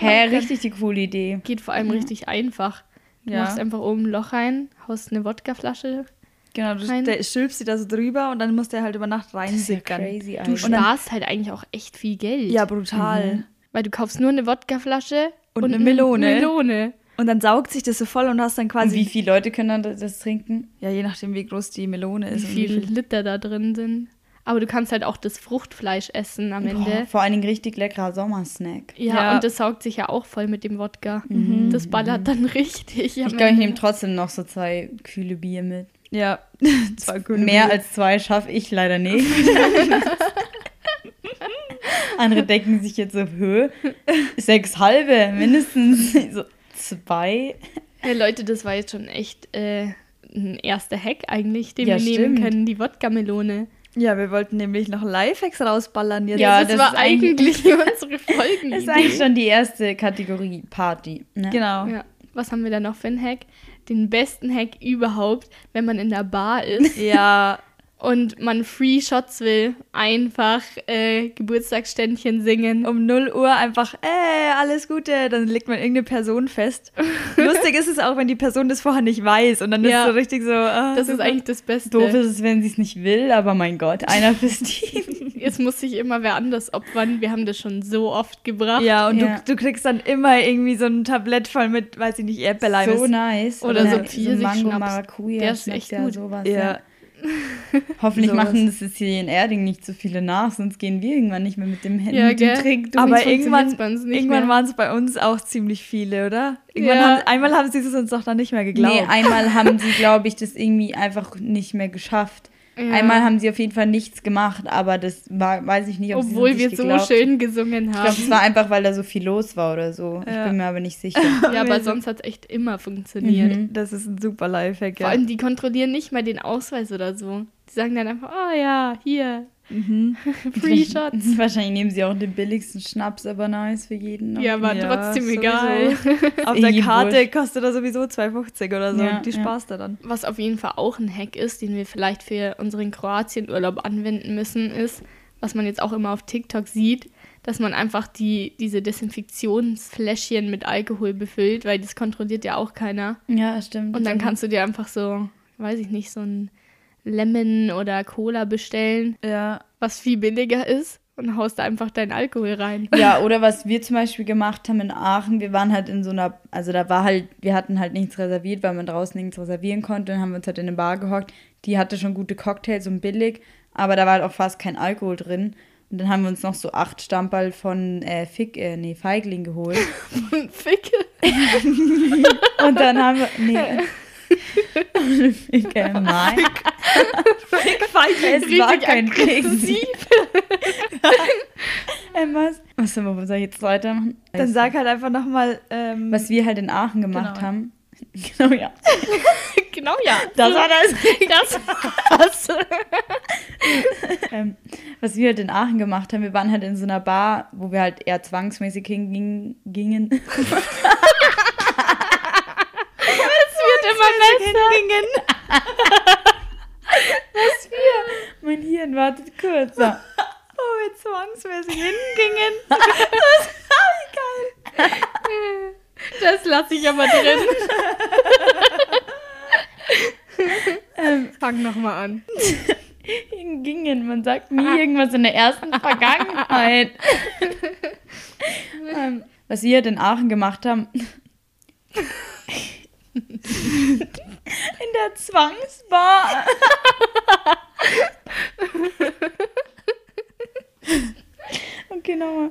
S1: Hä, richtig die coole Idee.
S2: Geht vor allem richtig einfach. Du
S3: Ja.
S2: machst einfach oben ein Loch rein, haust eine Wodkaflasche.
S3: Genau, du
S2: Rein.
S3: der stülpst sie da so drüber und dann muss der halt über Nacht reinsickern.
S1: crazy
S2: Du
S1: eigentlich.
S3: Und dann-
S2: sparst halt eigentlich auch echt viel Geld.
S3: ja, brutal.
S1: Mhm.
S2: Weil du kaufst nur eine Wodkaflasche
S3: Und eine Melone.
S2: Melone.
S3: Und dann saugt sich das so voll und hast dann
S1: Und
S3: quasi.
S1: wie viele Leute können dann das- das trinken?
S3: Ja, je nachdem, wie groß die Melone
S2: Wie
S3: ist. und
S2: viele Liter da drin sind. Aber du kannst halt auch das Fruchtfleisch essen am Ende.
S1: Boah, vor allen Dingen richtig leckerer Sommersnack.
S2: Ja,
S3: Ja. Mhm.
S2: und das saugt sich ja auch voll mit dem Wodka. Das ballert dann richtig. am
S1: Ich glaube, ich
S2: Ende.
S1: nehme trotzdem noch so zwei kühle Bier mit.
S3: Ja, zwar gut.
S1: Mehr als zwei schaffe ich leider nicht. Andere denken sich jetzt auf Höhe. Sechs halbe, mindestens. So zwei.
S2: Ja, Äh, Leute, das war jetzt schon echt äh, ein erster Hack eigentlich, den
S1: Ja,
S2: wir nehmen
S1: stimmt.
S2: können, die Wodka-Melone.
S3: Ja, wir wollten nämlich noch Lifehacks rausballern jetzt.
S1: Ja,
S2: das,
S1: das
S2: war
S1: ist eigentlich-
S2: eigentlich unsere Folgen.
S1: Das ist eigentlich schon die erste Kategorie Party. Ne?
S3: genau.
S2: ja. Was haben wir da noch für einen Hack? Den besten Hack überhaupt, wenn man in der Bar ist
S3: Ja,
S2: und man Free Shots will, einfach äh, Geburtstagsständchen singen.
S3: um 0 Uhr einfach, ey, alles Gute. Dann legt man irgendeine Person fest. Lustig ist es auch, wenn die Person das vorher nicht weiß und dann
S2: Ja.
S3: ist so richtig so. ah,
S2: Das ist eigentlich das Beste.
S1: Doof ist es, wenn sie es nicht will, aber mein Gott, einer fürs Team.
S2: Jetzt muss sich immer wer anders opfern. Wir haben das schon so oft gebracht.
S3: Ja, und
S1: Ja.
S3: Du, du kriegst dann immer irgendwie so ein Tablett voll mit, weiß ich nicht, Erdbeerleim.
S1: So
S3: ist-
S1: nice.
S2: Oder so Pfirsich-
S1: Mango
S2: Schnaps.
S1: Maracuja.
S2: Der ist
S1: Schnaps,
S2: echt
S1: ja,
S2: gut.
S1: Sowas, ja.
S3: ja.
S1: Hoffentlich
S3: Sowas.
S1: machen es jetzt hier in Erding nicht so viele nach, sonst gehen wir irgendwann nicht mehr mit dem Handy.
S2: Ja,
S1: mit dem
S2: gell?
S1: Trick durch.
S2: Sonst
S3: Aber
S2: funktioniert's
S3: irgendwann,
S2: bei uns nicht
S3: irgendwann
S2: mehr.
S3: waren es bei uns auch ziemlich viele, oder? Irgendwann
S2: Ja.
S3: haben, einmal haben sie es uns doch dann nicht mehr geglaubt.
S1: Nee, einmal haben sie, glaube ich, das irgendwie einfach nicht mehr geschafft.
S2: Ja.
S1: Einmal haben sie auf jeden Fall nichts gemacht, aber das war, weiß ich nicht, ob
S2: Obwohl
S1: sie es uns
S2: wir
S1: nicht geglaubt.
S2: so schön gesungen
S1: Ich
S2: haben.
S1: glaube, es war einfach, weil da so viel los war oder so.
S3: Ja.
S1: Ich bin mir aber nicht sicher.
S2: Ja, aber sonst hat es echt immer funktioniert.
S1: Mhm.
S3: Das ist ein super Lifehack,
S2: Vor
S3: ja.
S2: allem, die kontrollieren nicht mal den Ausweis oder so. Die sagen dann einfach, oh ja, hier, Free Shots.
S1: Wahrscheinlich nehmen sie auch den billigsten Schnaps, aber nice für jeden. ne?
S2: Ja, war
S3: Ja,
S2: trotzdem
S3: sowieso.
S2: egal.
S3: Auf
S1: eh
S3: der
S1: wurscht.
S3: Karte kostet er sowieso 2,50 oder so.
S1: Ja,
S3: die
S1: ja.
S3: Spaß da dann.
S2: Was auf jeden Fall auch ein Hack ist, den wir vielleicht für unseren Kroatien-Urlaub anwenden müssen, ist, was man jetzt auch immer auf TikTok sieht, dass man einfach die, diese Desinfektionsfläschchen mit Alkohol befüllt, weil das kontrolliert ja auch keiner.
S1: Ja, stimmt.
S2: Und dann kannst du dir einfach so, weiß ich nicht, so ein Lemon oder Cola bestellen,
S3: Ja.
S2: was viel billiger ist und haust da einfach deinen Alkohol rein.
S1: Ja, oder was wir zum Beispiel gemacht haben in Aachen, wir waren halt in so einer, also da war halt, wir hatten halt nichts reserviert, weil man draußen nichts reservieren konnte und haben wir uns halt in eine Bar gehockt. Die hatte schon gute Cocktails und billig, aber da war halt auch fast kein Alkohol drin. Und dann haben wir uns noch so acht Stamperl von äh, Fick, äh, nee, Feigling geholt.
S2: Ficke.
S1: Und dann haben wir, nee, Fick, äh, nein. Fick, Feigling, es war
S2: Richtig
S1: kein Fick.
S2: aggressiv.
S1: Ähm, was? Was soll man soll ich jetzt weitermachen?
S3: Dann sag halt einfach nochmal, ähm,
S1: was wir halt in Aachen gemacht
S3: Genau.
S1: haben. Genau, ja.
S2: Genau, ja.
S1: Das war das.
S2: das.
S1: ähm, was wir halt in Aachen gemacht haben, wir waren halt in so einer Bar, wo wir halt eher zwangsmäßig hingingen. Gingen.
S2: wird immer besser.
S3: hingingen.
S1: Mein Hirn wartet kurz. So.
S3: Oh, jetzt zwangsmäßig hingingen.
S2: Das lasse ich aber drin. Fang nochmal an.
S1: Hingingen, man sagt
S3: Ah.
S1: nie irgendwas in der ersten Vergangenheit. ähm, was wir halt in Aachen gemacht haben. in der Zwangsbar. okay, nochmal. Genau.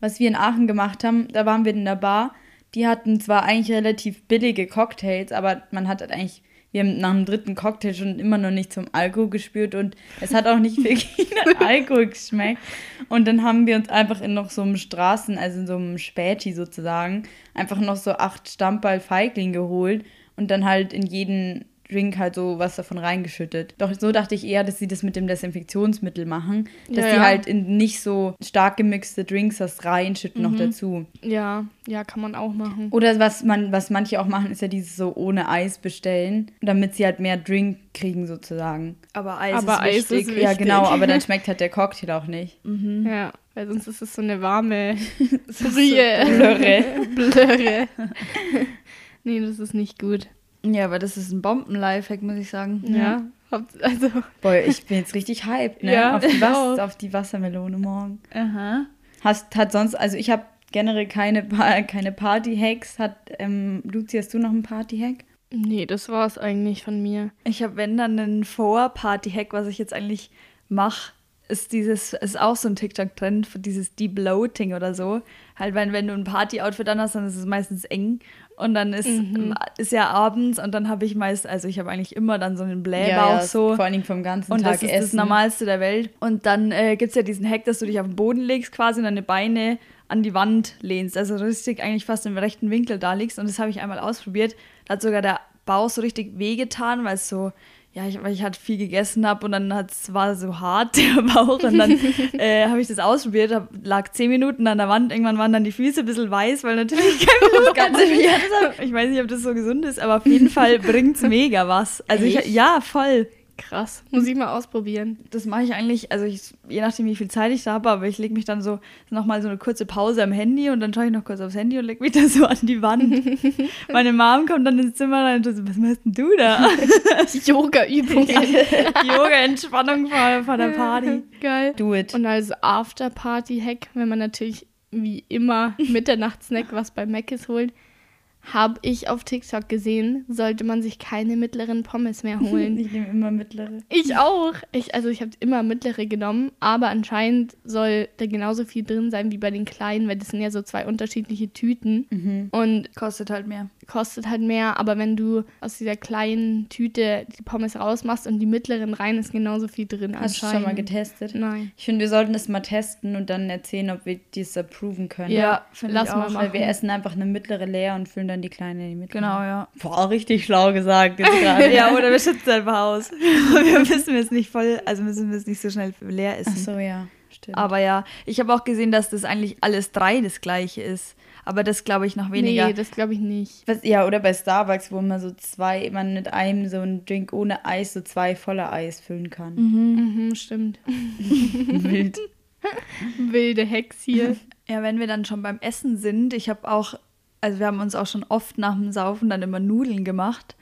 S1: was wir in Aachen gemacht haben, da waren wir in der Bar. Die hatten zwar eigentlich relativ billige Cocktails, aber man hat halt eigentlich, wir haben nach dem dritten Cocktail schon immer noch nicht zum Alkohol gespürt und es hat auch nicht viel gegen den Alkohol geschmeckt. Und dann haben wir uns einfach in noch so einem Straßen, also in so einem Späti sozusagen, einfach noch so acht Stammball Feigling geholt und dann halt in jeden Drink halt so was davon reingeschüttet. Doch so dachte ich eher, dass sie das mit dem Desinfektionsmittel machen, dass
S2: Ja,
S1: sie
S2: ja.
S1: halt in nicht so stark gemixte Drinks das reinschütten
S2: Mhm.
S1: noch dazu.
S2: Ja, ja, kann man auch machen.
S1: Oder was man, was manche auch machen, ist ja dieses so ohne Eis bestellen, damit sie halt mehr Drink kriegen sozusagen.
S3: Aber Eis
S2: Aber
S3: ist
S2: Ah, Eis ist
S3: wichtig.
S2: wichtig.
S1: Ja, genau, aber dann schmeckt halt der Cocktail auch nicht.
S2: Ja, weil sonst ist es so eine warme Brühe.
S1: Blöre.
S2: Blöre. Nee, das ist nicht gut.
S3: Ja, aber das ist ein Bomben-Lifehack, muss ich sagen.
S2: Ja. habt- Also,
S1: Boah, ich bin jetzt richtig hyped, ne?
S2: Ja,
S1: auf, die
S2: ich auch.
S1: Was auf die Wassermelone morgen.
S3: Aha.
S1: Hast, hat sonst, also ich habe generell keine, Pa- keine Party-Hacks. Hat, ähm, Luzi, hast du noch einen Party-Hack?
S2: nee, das war's eigentlich von mir.
S3: Ich habe, wenn dann, einen Vor-Party-Hack, was ich jetzt eigentlich mache, ist dieses, ist auch so ein TikTok-Trend, für dieses Deep Bloating oder so. Halt, wenn, wenn du ein Party-Outfit an hast, dann ist es meistens eng. Und dann ist, ist ja abends und dann habe ich meist, also ich habe eigentlich immer dann so einen Blähbauch so.
S1: Vor allen Dingen vom ganzen
S3: Und
S1: Tag
S3: das ist
S1: Essen.
S3: das Normalste der Welt. Und dann äh, gibt es ja diesen Hack, dass du dich auf den Boden legst quasi und deine Beine an die Wand lehnst. Also richtig eigentlich fast im rechten Winkel da liegst. Und das habe ich einmal ausprobiert. Da hat sogar der Bauch so richtig wehgetan, weil es so, ja, ich, weil ich halt viel gegessen habe und dann hat's, war so hart der Bauch. Und dann äh, habe ich das ausprobiert, hab, lag zehn Minuten an der Wand. Irgendwann waren dann die Füße ein bisschen weiß, weil natürlich kein Blut ganz Ich weiß nicht, ob das so gesund ist, aber auf jeden Fall bringt es mega was. Also ich,
S2: Echt?
S3: ja, voll.
S2: Krass. Muss ich mal ausprobieren.
S3: Das mache ich eigentlich, also ich, je nachdem, wie viel Zeit ich da habe, aber ich lege mich dann so nochmal so eine kurze Pause am Handy und dann schaue ich noch kurz aufs Handy und lege mich dann so an die Wand. Meine Mom kommt dann ins Zimmer rein und so, was machst denn du da?
S2: Yoga-Übungen.
S3: Yoga-Entspannung vor, vor der Party.
S2: Geil.
S1: Do it.
S2: Und als After-Party-Hack, wenn man natürlich wie immer Mitternachtssnack was bei Mc's holt, habe ich auf TikTok gesehen, sollte man sich keine mittleren Pommes mehr holen.
S1: ich nehme immer mittlere.
S2: Ich auch. Ich, also ich habe immer mittlere genommen, aber anscheinend soll da genauso viel drin sein wie bei den kleinen, weil das sind ja so zwei unterschiedliche Tüten
S1: Mhm.
S2: und
S3: Kostet halt mehr.
S2: kostet halt mehr. Aber wenn du aus dieser kleinen Tüte die Pommes rausmachst und die mittleren rein, ist genauso viel drin
S1: Hast du
S2: anscheinend.
S1: schon mal getestet?
S2: Nein.
S1: Ich finde, wir sollten das mal testen und dann erzählen, ob wir dies approven können.
S3: Ja, finde
S2: lass
S3: ich
S2: mal
S3: auch,
S1: Weil
S2: machen.
S1: wir essen einfach eine mittlere leer und füllen dann die kleine in die mittlere.
S3: Genau, ja.
S1: Boah, richtig schlau gesagt jetzt gerade.
S3: Ja, oder wir schützen einfach aus. Wir müssen es nicht voll, also müssen wir es nicht so schnell leer essen.
S1: Ach so, ja, stimmt.
S3: Aber ja, ich habe auch gesehen, dass das eigentlich alles drei das gleiche ist. Aber das glaube ich noch weniger.
S2: Nee, das glaube ich nicht.
S1: Was, ja, oder bei Starbucks, wo man so zwei, man mit einem so einen Drink ohne Eis, so zwei volle Eis füllen kann.
S2: Mhm, stimmt.
S1: Wild.
S2: Wilde Hex hier.
S3: Ja, wenn wir dann schon beim Essen sind, ich habe auch, also wir haben uns auch schon oft nach dem Saufen dann immer Nudeln gemacht.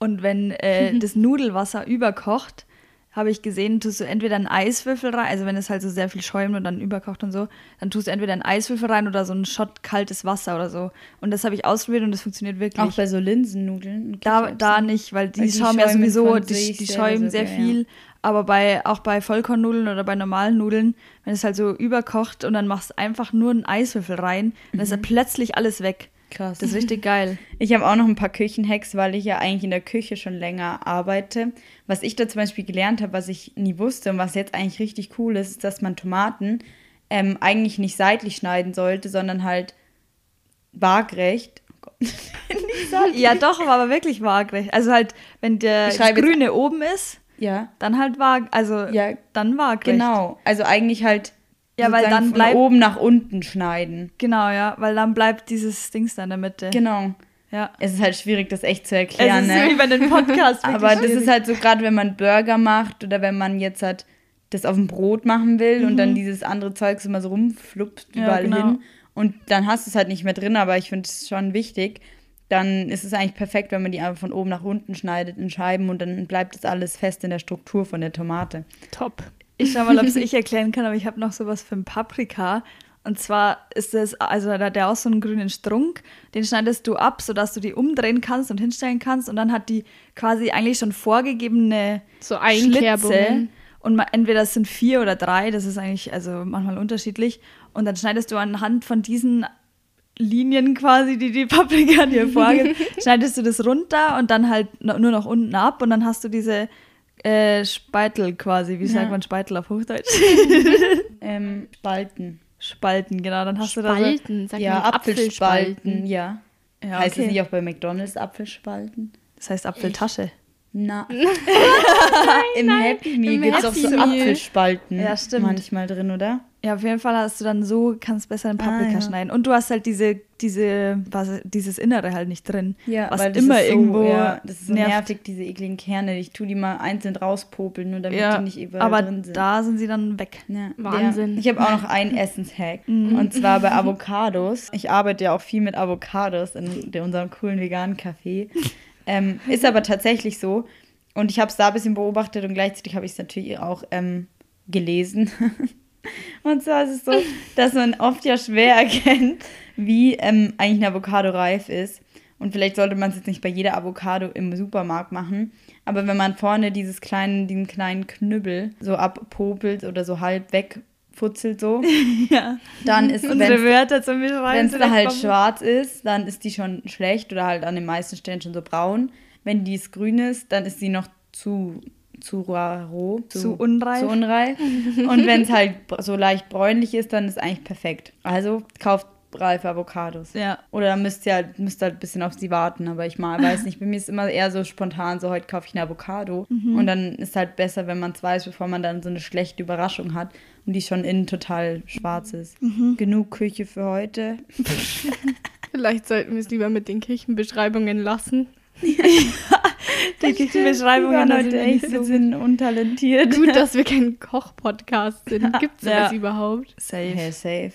S3: Und wenn äh, das Nudelwasser überkocht, habe ich gesehen, tust du entweder einen Eiswürfel rein, also wenn es halt so sehr viel schäumt und dann überkocht und so, dann tust du entweder einen Eiswürfel rein oder so einen Shot kaltes Wasser oder so. Und das habe ich ausprobiert und das funktioniert wirklich.
S1: Auch bei so Linsennudeln. und
S3: Da,
S1: Kichererbsen.
S3: da nicht, weil die,
S1: Weil die
S3: schäumen ja
S1: schäumen
S3: sowieso,
S1: von
S3: die,
S1: sich
S3: die
S1: selber
S3: schäumen sehr
S1: sogar, ja.
S3: viel. Aber bei, auch bei Vollkornnudeln oder bei normalen Nudeln, wenn es halt so überkocht und dann machst du einfach nur einen Eiswürfel rein, dann
S1: Mhm.
S3: ist ja plötzlich alles weg.
S1: Krass.
S3: Das ist richtig geil.
S1: Ich habe auch noch ein paar Küchenhacks, weil ich ja eigentlich in der Küche schon länger arbeite. Was ich da zum Beispiel gelernt habe, was ich nie wusste und was jetzt eigentlich richtig cool ist, ist, dass man Tomaten ähm, eigentlich nicht seitlich schneiden sollte, sondern halt waagrecht. Oh Gott. nicht seitlich.
S3: Ja, doch, aber wirklich waagrecht. Also halt, wenn der
S1: Ich schreibe jetzt-
S3: Grüne oben ist,
S1: Ja,
S3: dann halt waag, also
S1: Ja,
S3: dann waagrecht.
S1: genau. Äh, Also eigentlich halt
S3: Ja, weil
S1: sozusagen
S3: dann
S1: von
S3: bleibt-
S1: oben nach unten schneiden.
S3: Genau, ja, weil dann bleibt dieses Dings da in der Mitte.
S1: Genau.
S3: Ja.
S1: Es ist halt schwierig, das echt zu
S3: Es
S1: erklären.
S3: ist
S1: ne?
S3: wie bei den Podcasts. wirklich
S1: Aber das
S3: schwierig.
S1: ist halt so, gerade wenn man Burger macht oder wenn man jetzt halt das auf dem Brot machen will und dann dieses andere Zeugs immer so rumfluppt
S3: Mhm. Ja,
S1: überall
S3: genau.
S1: hin und dann hast du es halt nicht mehr drin, aber ich finde es schon wichtig, dann ist es eigentlich perfekt, wenn man die einfach von oben nach unten schneidet in Scheiben und dann bleibt das alles fest in der Struktur von der Tomate.
S2: Top.
S3: Ich schau mal, ob es ich erklären kann, aber ich habe noch sowas für ein Paprika. Und zwar ist das, also da hat der auch so einen grünen Strunk, den schneidest du ab, sodass du die umdrehen kannst und hinstellen kannst. Und dann hat die quasi eigentlich schon vorgegebene
S2: So Einkerbungen.
S3: Schlitze. Und ma- entweder es sind vier oder drei, das ist eigentlich also manchmal unterschiedlich. Und dann schneidest du anhand von diesen Linien quasi, die die Paprika dir vorgibt, schneidest du das runter und dann halt no- nur noch unten ab und dann hast du diese äh, Speitel quasi. Wie sagt man Speitel auf Hochdeutsch?
S1: Ähm, Spalten.
S3: Spalten, genau. Dann hast du
S2: Spalten, sagt
S1: ja,
S2: man.
S1: Apfelspalten, ja.
S3: da so, ja,
S1: Heißt es
S3: okay.
S1: nicht auch bei McDonalds Apfelspalten?
S3: Das heißt Apfeltasche.
S1: Na. Im Happy Meal
S2: im
S1: gibt es auch
S2: Happy
S1: so
S2: Meal.
S1: Apfelspalten
S3: Ja, stimmt.
S1: manchmal drin, oder?
S3: Ja, auf jeden Fall hast du dann so, kannst besser den Paprika
S1: Ah, ja.
S3: schneiden. Und du hast halt diese, diese, was, dieses Innere halt nicht drin.
S1: Ja,
S3: was
S1: weil das
S3: immer
S1: ist so,
S3: irgendwo
S1: ja, das ist so
S3: nervt.
S1: nervig, diese ekligen Kerne. Ich tue die mal einzeln rauspopeln, nur damit
S3: Ja,
S1: die nicht überall
S3: aber
S1: drin sind.
S3: da sind sie dann weg.
S1: Ja.
S2: Wahnsinn.
S1: Ja. Ich habe auch noch einen Essenshack. und zwar bei Avocados. Ich arbeite ja auch viel mit Avocados in de- unserem coolen veganen Café. Ähm, ist aber tatsächlich so. Und ich habe es da ein bisschen beobachtet und gleichzeitig habe ich es natürlich auch ähm, gelesen. und zwar ist es so, dass man oft ja schwer erkennt, wie ähm, eigentlich ein Avocado reif ist. Und vielleicht sollte man es jetzt nicht bei jeder Avocado im Supermarkt machen. Aber wenn man vorne dieses kleinen, diesen kleinen Knüppel so abpopelt oder so halb wegfutzelt so,
S3: Ja.
S1: dann ist
S3: Unsere
S1: wenn
S3: Wörter zum Beispiel.
S1: es da halt schwarz ist, dann ist die schon schlecht oder halt an den meisten Stellen schon so braun. Wenn die es grün ist, dann ist sie noch zu zu ra- roh,
S3: Zu unreif.
S1: Zu unreif. Und wenn es halt br- so leicht bräunlich ist, dann ist eigentlich perfekt. Also kauft reife Avocados.
S3: Ja.
S1: Oder dann müsst ihr halt, müsst halt ein bisschen auf sie warten, aber ich mal weiß nicht. Bei mir ist immer eher so spontan, so heute kaufe ich ein Avocado.
S3: Mhm.
S1: Und dann ist halt besser, wenn man es weiß, bevor man dann so eine schlechte Überraschung hat und die schon innen total schwarz ist.
S3: Mhm.
S1: Genug Küche für heute.
S2: Vielleicht sollten wir es lieber mit den Kirchenbeschreibungen lassen.
S3: Die also Beschreibungen
S1: Wir waren heute
S3: heute
S1: echt so sind untalentiert.
S2: Gut, dass wir kein Koch-Podcast sind. Gibt es
S3: Ja.
S2: das überhaupt?
S1: Hey,
S3: Safe.
S1: safe.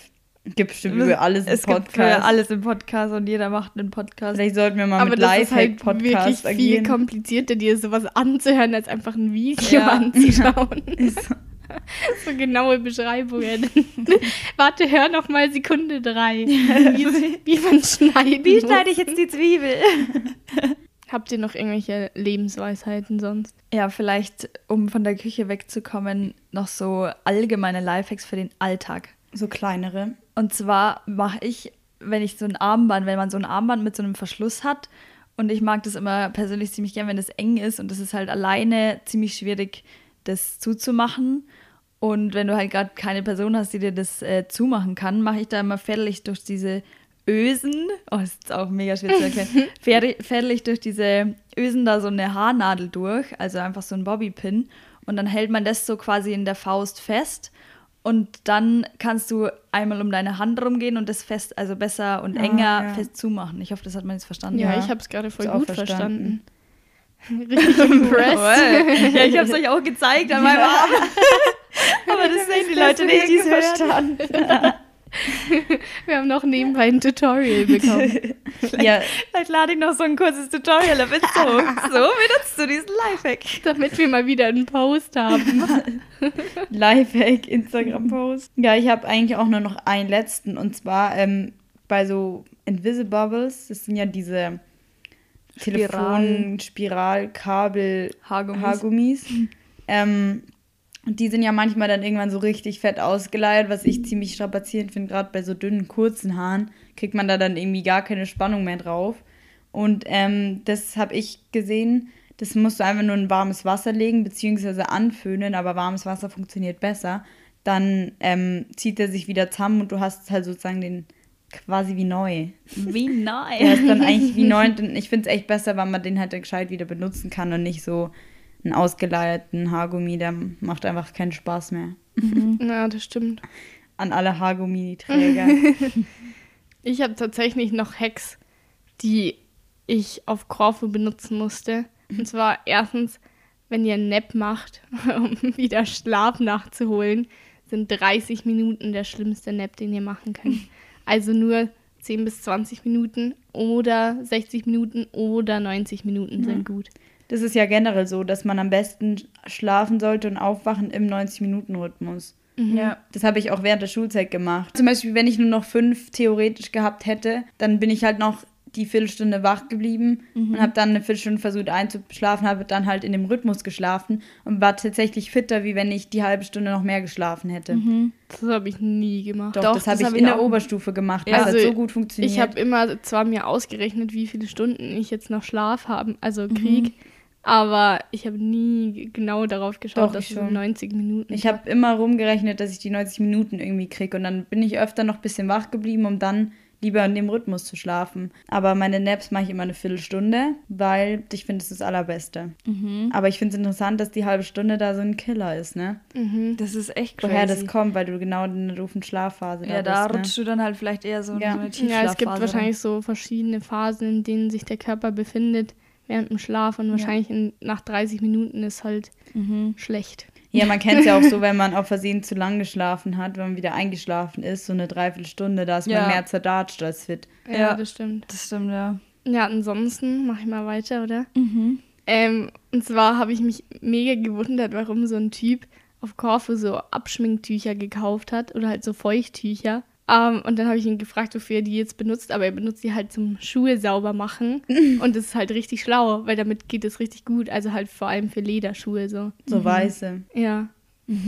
S1: Gibt bestimmt über alles einen
S3: es Gibt für
S1: Podcast.
S3: alles im Podcast und jeder macht einen Podcast.
S1: Vielleicht sollten wir mal
S2: Aber
S1: mit
S2: das ist halt
S1: Lifehack-Podcast
S2: wirklich viel
S1: agieren.
S2: komplizierter, dir sowas anzuhören, als einfach ein Video
S3: Ja.
S2: anzuschauen.
S1: Ist so.
S2: so genaue Beschreibungen. Warte, hör noch mal Sekunde drei. Wie, wie man schneidet.
S3: Wie schneide ich jetzt die Zwiebel?
S2: Habt ihr noch irgendwelche Lebensweisheiten sonst?
S3: Ja, vielleicht, um von der Küche wegzukommen, noch so allgemeine Lifehacks für den Alltag.
S1: so kleinere.
S3: Und zwar mache ich, wenn ich so ein Armband, wenn man so ein Armband mit so einem Verschluss hat, und ich mag das immer persönlich ziemlich gern, wenn das eng ist und das ist halt alleine ziemlich schwierig, das zuzumachen. Und wenn du halt gerade keine Person hast, die dir das äh, zumachen kann, mache ich da immer fädelig durch diese Ösen. Oh, das ist auch mega schwer zu erklären. Fädel- Fädelig durch diese Ösen da so eine Haarnadel durch, also einfach so ein Bobbypin. Und dann hält man das so quasi in der Faust fest. Und dann kannst du einmal um deine Hand rumgehen und das fest, also besser und
S1: Ah,
S3: enger
S1: ja.
S3: fest zumachen. Ich hoffe, das hat man jetzt verstanden.
S2: Ja,
S1: Ja,
S2: ich habe es gerade voll
S1: ist auch
S2: gut verstanden.
S1: verstanden.
S2: Richtig impressed.
S3: ja, ich habe es euch auch gezeigt an meinem Arm. Aber das sehen die Leute nicht, die es hören.
S2: Wir haben noch nebenbei ein Tutorial bekommen.
S1: Ja,
S3: Vielleicht lade ich noch so ein kurzes Tutorial auf Insta hoch. So benutzt du diesen Lifehack.
S2: damit wir mal wieder einen Post haben.
S1: Lifehack, Instagram-Post. Ja, ich habe eigentlich auch nur noch einen letzten und zwar ähm, bei so Invisibubbles, das sind ja diese
S3: Spiralen.
S1: Telefon, Spiralkabel,
S3: Haargummis.
S1: Haargummis. ähm, und die sind ja manchmal dann irgendwann so richtig fett ausgeleiert, was ich ziemlich strapazierend finde, gerade bei so dünnen, kurzen Haaren kriegt man da dann irgendwie gar keine Spannung mehr drauf. Und ähm, das habe ich gesehen, das musst du einfach nur in warmes Wasser legen, beziehungsweise anföhnen, aber warmes Wasser funktioniert besser. Dann ähm, zieht er sich wieder zusammen und du hast halt sozusagen den quasi wie neu.
S3: Wie
S1: Der
S3: nice.
S1: ist dann eigentlich wie neu. denn Ich finde es echt besser, weil man den halt dann gescheit wieder benutzen kann und nicht so einen ausgeleierten Haargummi, der macht einfach keinen Spaß mehr. Mhm.
S2: Na, das stimmt.
S1: An alle Haargummi-Träger.
S2: Ich habe tatsächlich noch Hacks, die ich auf Korfu benutzen musste. Und zwar erstens, wenn ihr einen Nap macht, um wieder Schlaf nachzuholen, sind 30 Minuten der schlimmste Nap, den ihr machen könnt. Also nur 10 bis 20 Minuten oder 60 Minuten oder 90 Minuten sind gut.
S1: Das ist ja generell so, dass man am besten schlafen sollte und aufwachen im 90-Minuten-Rhythmus.
S3: Ja.
S1: Das habe ich auch während der Schulzeit gemacht. Zum Beispiel, wenn ich nur noch fünf theoretisch gehabt hätte, dann bin ich halt noch die Viertelstunde wach geblieben
S3: Mhm.
S1: und habe dann eine Viertelstunde versucht einzuschlafen, habe dann halt in dem Rhythmus geschlafen und war tatsächlich fitter, wie wenn ich die halbe Stunde noch mehr geschlafen hätte.
S2: Das habe ich nie gemacht.
S1: Doch,
S3: Mhm. Doch,
S1: das
S3: das
S1: habe ich
S3: hab ich
S1: in der
S3: auch.
S1: Oberstufe gemacht.
S3: Ja.
S1: das hat
S2: Also,
S1: so gut funktioniert.
S2: Ich habe immer zwar mir ausgerechnet, wie viele Stunden ich jetzt noch Schlaf haben, also
S1: Mhm.
S2: Krieg, aber ich habe nie g- genau darauf geschaut,
S1: Doch,
S2: dass
S1: ich
S2: es
S1: schon.
S2: 90 Minuten.
S1: Ich habe immer rumgerechnet, dass ich die 90 Minuten irgendwie kriege. Und dann bin ich öfter noch ein bisschen wach geblieben, um dann lieber in dem Rhythmus zu schlafen. Aber meine Naps mache ich immer eine Viertelstunde, weil ich finde, es ist das Allerbeste.
S3: Mhm.
S1: Aber ich finde es interessant, dass die halbe Stunde da so ein Killer ist, ne?
S2: Mhm.
S3: Das ist echt crazy.
S1: Woher das kommt, weil du genau in der doofen Schlafphase
S3: Ja, da
S1: bist, ne?
S3: rutschst du dann halt vielleicht eher so in
S1: Ja.
S3: so eine
S1: Ja,
S3: Tiefschlafphase.
S2: Ja, es gibt
S3: rein.
S2: wahrscheinlich so verschiedene Phasen, in denen sich der Körper befindet während dem Schlaf und wahrscheinlich in, nach 30 Minuten ist halt
S3: Mhm.
S2: schlecht.
S1: Ja, man kennt es ja auch so, wenn man auf Versehen zu lang geschlafen hat, wenn man wieder eingeschlafen ist, so eine Dreiviertelstunde, da ist
S3: Ja.
S1: man mehr zerdatscht als fit.
S2: Ja,
S3: Ja.
S2: das stimmt.
S3: Das stimmt, ja.
S2: Ja, ansonsten mache ich mal weiter, oder? Ähm, und zwar habe ich mich mega gewundert, warum so ein Typ auf Korfu so Abschminktücher gekauft hat oder halt so Feuchttücher. Ähm, und dann habe ich ihn gefragt, wofür er die jetzt benutzt, aber er benutzt die halt zum Schuhe sauber machen. und das ist halt richtig schlau, weil damit geht es richtig gut. Also halt vor allem für Lederschuhe so.
S3: Mhm.
S1: So weiße.
S2: Ja.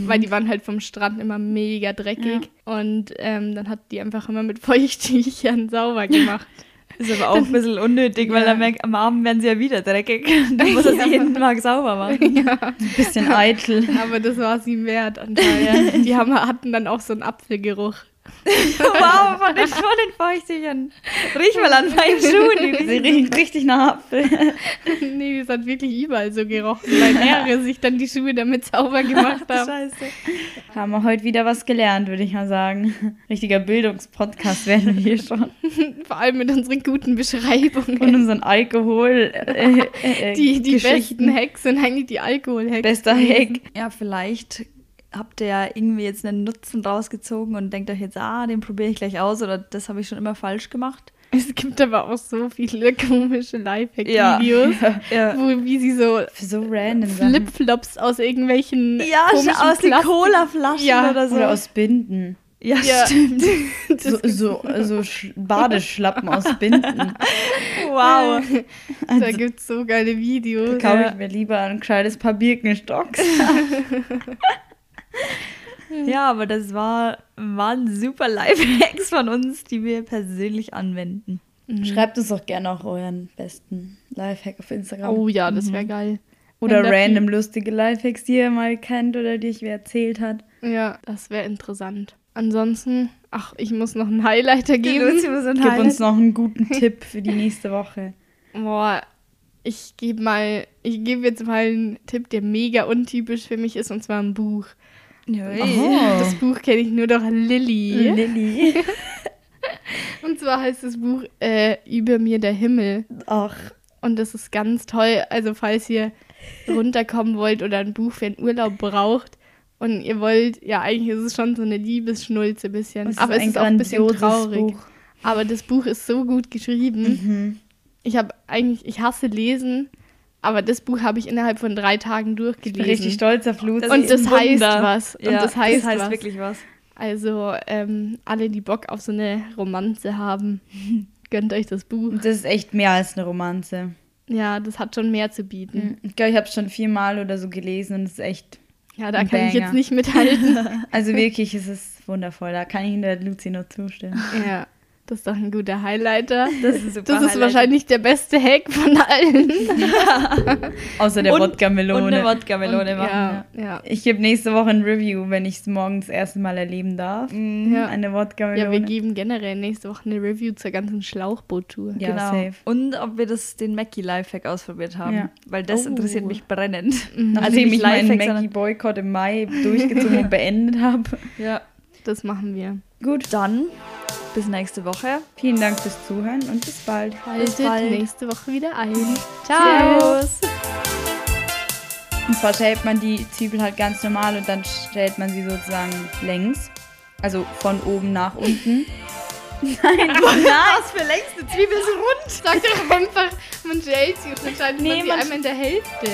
S2: Weil die waren halt vom Strand immer mega dreckig. Und ähm, dann hat die einfach immer mit Feuchttüchern sauber gemacht.
S3: Ist aber auch ein bisschen unnötig, weil dann merk, am Abend werden sie ja wieder dreckig. Dann muss er sie jeden Tag sauber machen.
S1: Bisschen eitel.
S2: Aber das war sie wert anscheinend. Die haben, hatten dann auch so einen Apfelgeruch.
S3: wow, von den, von den Feuchtigern. Riech mal an meinen Schuhen.
S1: Sie riechen richtig nach Apfel.
S2: nee, das hat wirklich überall so gerochen, weil mehrere sich dann die Schuhe damit sauber gemacht haben.
S3: Scheiße.
S1: Haben wir heute wieder was gelernt, würde ich mal sagen. Richtiger Bildungspodcast werden wir hier schon.
S2: Vor allem mit unseren guten
S1: Und
S2: Beschreibungen.
S1: unseren Alkohol. Äh, äh, äh,
S2: Die, die
S1: Geschichten.
S2: besten Hacks sind eigentlich die Alkoholhacks.
S1: Bester Hack.
S3: Ja, vielleicht habt ihr ja irgendwie jetzt einen Nutzen rausgezogen und denkt euch jetzt, ah, den probiere ich gleich aus oder das habe ich schon immer falsch gemacht.
S2: Es gibt aber auch so viele komische
S3: Ja.
S2: Lifehack-Videos,
S3: Ja.
S2: wo wie sie so
S1: Für so random Sachen.
S2: Flipflops aus irgendwelchen
S3: Ja,
S2: komischen
S3: aus den
S2: Plastik-
S3: Cola-Flaschen
S2: Ja,
S3: oder so.
S1: Oder aus Binden.
S3: ja,
S2: Ja.
S3: stimmt.
S1: So, so, so Sch- Badeschlappen aus Binden.
S3: Wow.
S2: Da
S3: Also
S2: gibt es so geile Videos.
S1: Kaufe ich mir lieber ein gescheites Paar Birkenstocks.
S3: Ja, aber das war, waren super Lifehacks von uns, die wir persönlich anwenden.
S1: Schreibt uns doch gerne auch euren besten Lifehack auf Instagram.
S2: Oh ja, das
S3: Mhm.
S2: wäre geil.
S1: oder
S2: wenn da
S1: random lustige Lifehacks, die ihr mal kennt oder die euch wer erzählt hat.
S2: Ja, das wäre interessant. Ansonsten, ach, ich muss noch einen Highlighter geben.
S1: Gib
S3: halt
S1: uns noch einen guten Tipp für die nächste Woche.
S2: Boah, ich gebe mal, ich gebe jetzt mal einen Tipp, der mega untypisch für mich ist, und zwar ein Buch. Das Buch kenne ich nur durch Lilly.
S1: Lilly.
S2: und zwar heißt das Buch äh, Über mir der Himmel.
S1: Ach,
S2: Und das ist ganz toll. Also, falls ihr runterkommen wollt oder ein Buch für einen Urlaub braucht und ihr wollt, ja, eigentlich ist es schon so eine Liebesschnulze bisschen.
S1: das
S2: aber
S1: ist
S2: es
S1: ein
S2: ist auch ein bisschen
S1: grandioses
S2: traurig.
S1: Buch. Mhm.
S2: Aber das Buch ist so gut geschrieben. Ich habe eigentlich, ich hasse Lesen, aber das Buch habe ich innerhalb von drei Tagen
S1: Ich bin
S2: durchgelesen.
S1: richtig stolz auf Lucy.
S2: Und das
S3: ein
S2: heißt
S3: Wunder.
S2: was. Und
S3: ja,
S2: das heißt
S3: das heißt
S2: was.
S3: wirklich was.
S2: Also ähm, alle, die Bock auf so eine Romanze haben, gönnt euch das Buch.
S1: Und das ist echt mehr als eine Romanze.
S2: Ja, das hat schon mehr zu bieten.
S1: Ich glaube, ich habe es schon viermal oder so gelesen und es ist echt.
S2: Ja, da
S1: Ein
S2: kann ich
S1: Banger.
S2: jetzt nicht mithalten.
S1: Also wirklich, es ist wundervoll. Da kann ich der Lucy nur zustimmen.
S2: ja, das ist doch ein guter Highlighter.
S3: Das ist super.
S2: Das ist
S3: Highlight.
S2: wahrscheinlich der beste Hack von allen.
S1: Außer der
S3: Und-
S1: Wodka-Melone.
S3: Und eine Wodka-Melone machen.
S2: ja, ja.
S1: Ich gebe nächste Woche ein Review, wenn ich es morgen das erste Mal erleben darf.
S3: Mm,
S2: ja.
S1: Eine
S2: Ja, wir
S1: Wodka-Melone.
S2: geben generell nächste Woche eine Review zur ganzen Schlauchboot-Tour.
S1: Ja, safe.
S3: genau. Und ob wir das den Mackie Lifehack ausprobiert haben,
S1: Ja.
S3: weil das
S2: Oh.
S3: interessiert mich brennend.
S2: Mhm.
S1: Nachdem
S3: nicht
S1: ich meinen
S3: Lifehack, sondern-
S1: Maggie-Boykott im Mai durchgezogen und beendet habe.
S3: Ja.
S2: Das machen wir.
S3: Gut, dann bis nächste Woche.
S1: Vielen Dank fürs Zuhören und bis bald.
S2: Haltet
S3: bald.
S2: nächste Woche wieder ein.
S3: Tschüss.
S1: Und zwar schält man die Zwiebel halt ganz normal und dann stellt man sie sozusagen längs. Also von oben nach unten.
S3: Was für längste Zwiebel ist
S2: Sag
S3: rund.
S2: doch einfach, man stellt sie und entscheidet
S1: Nee,
S2: man sie
S1: man-
S2: einmal in der Hälfte.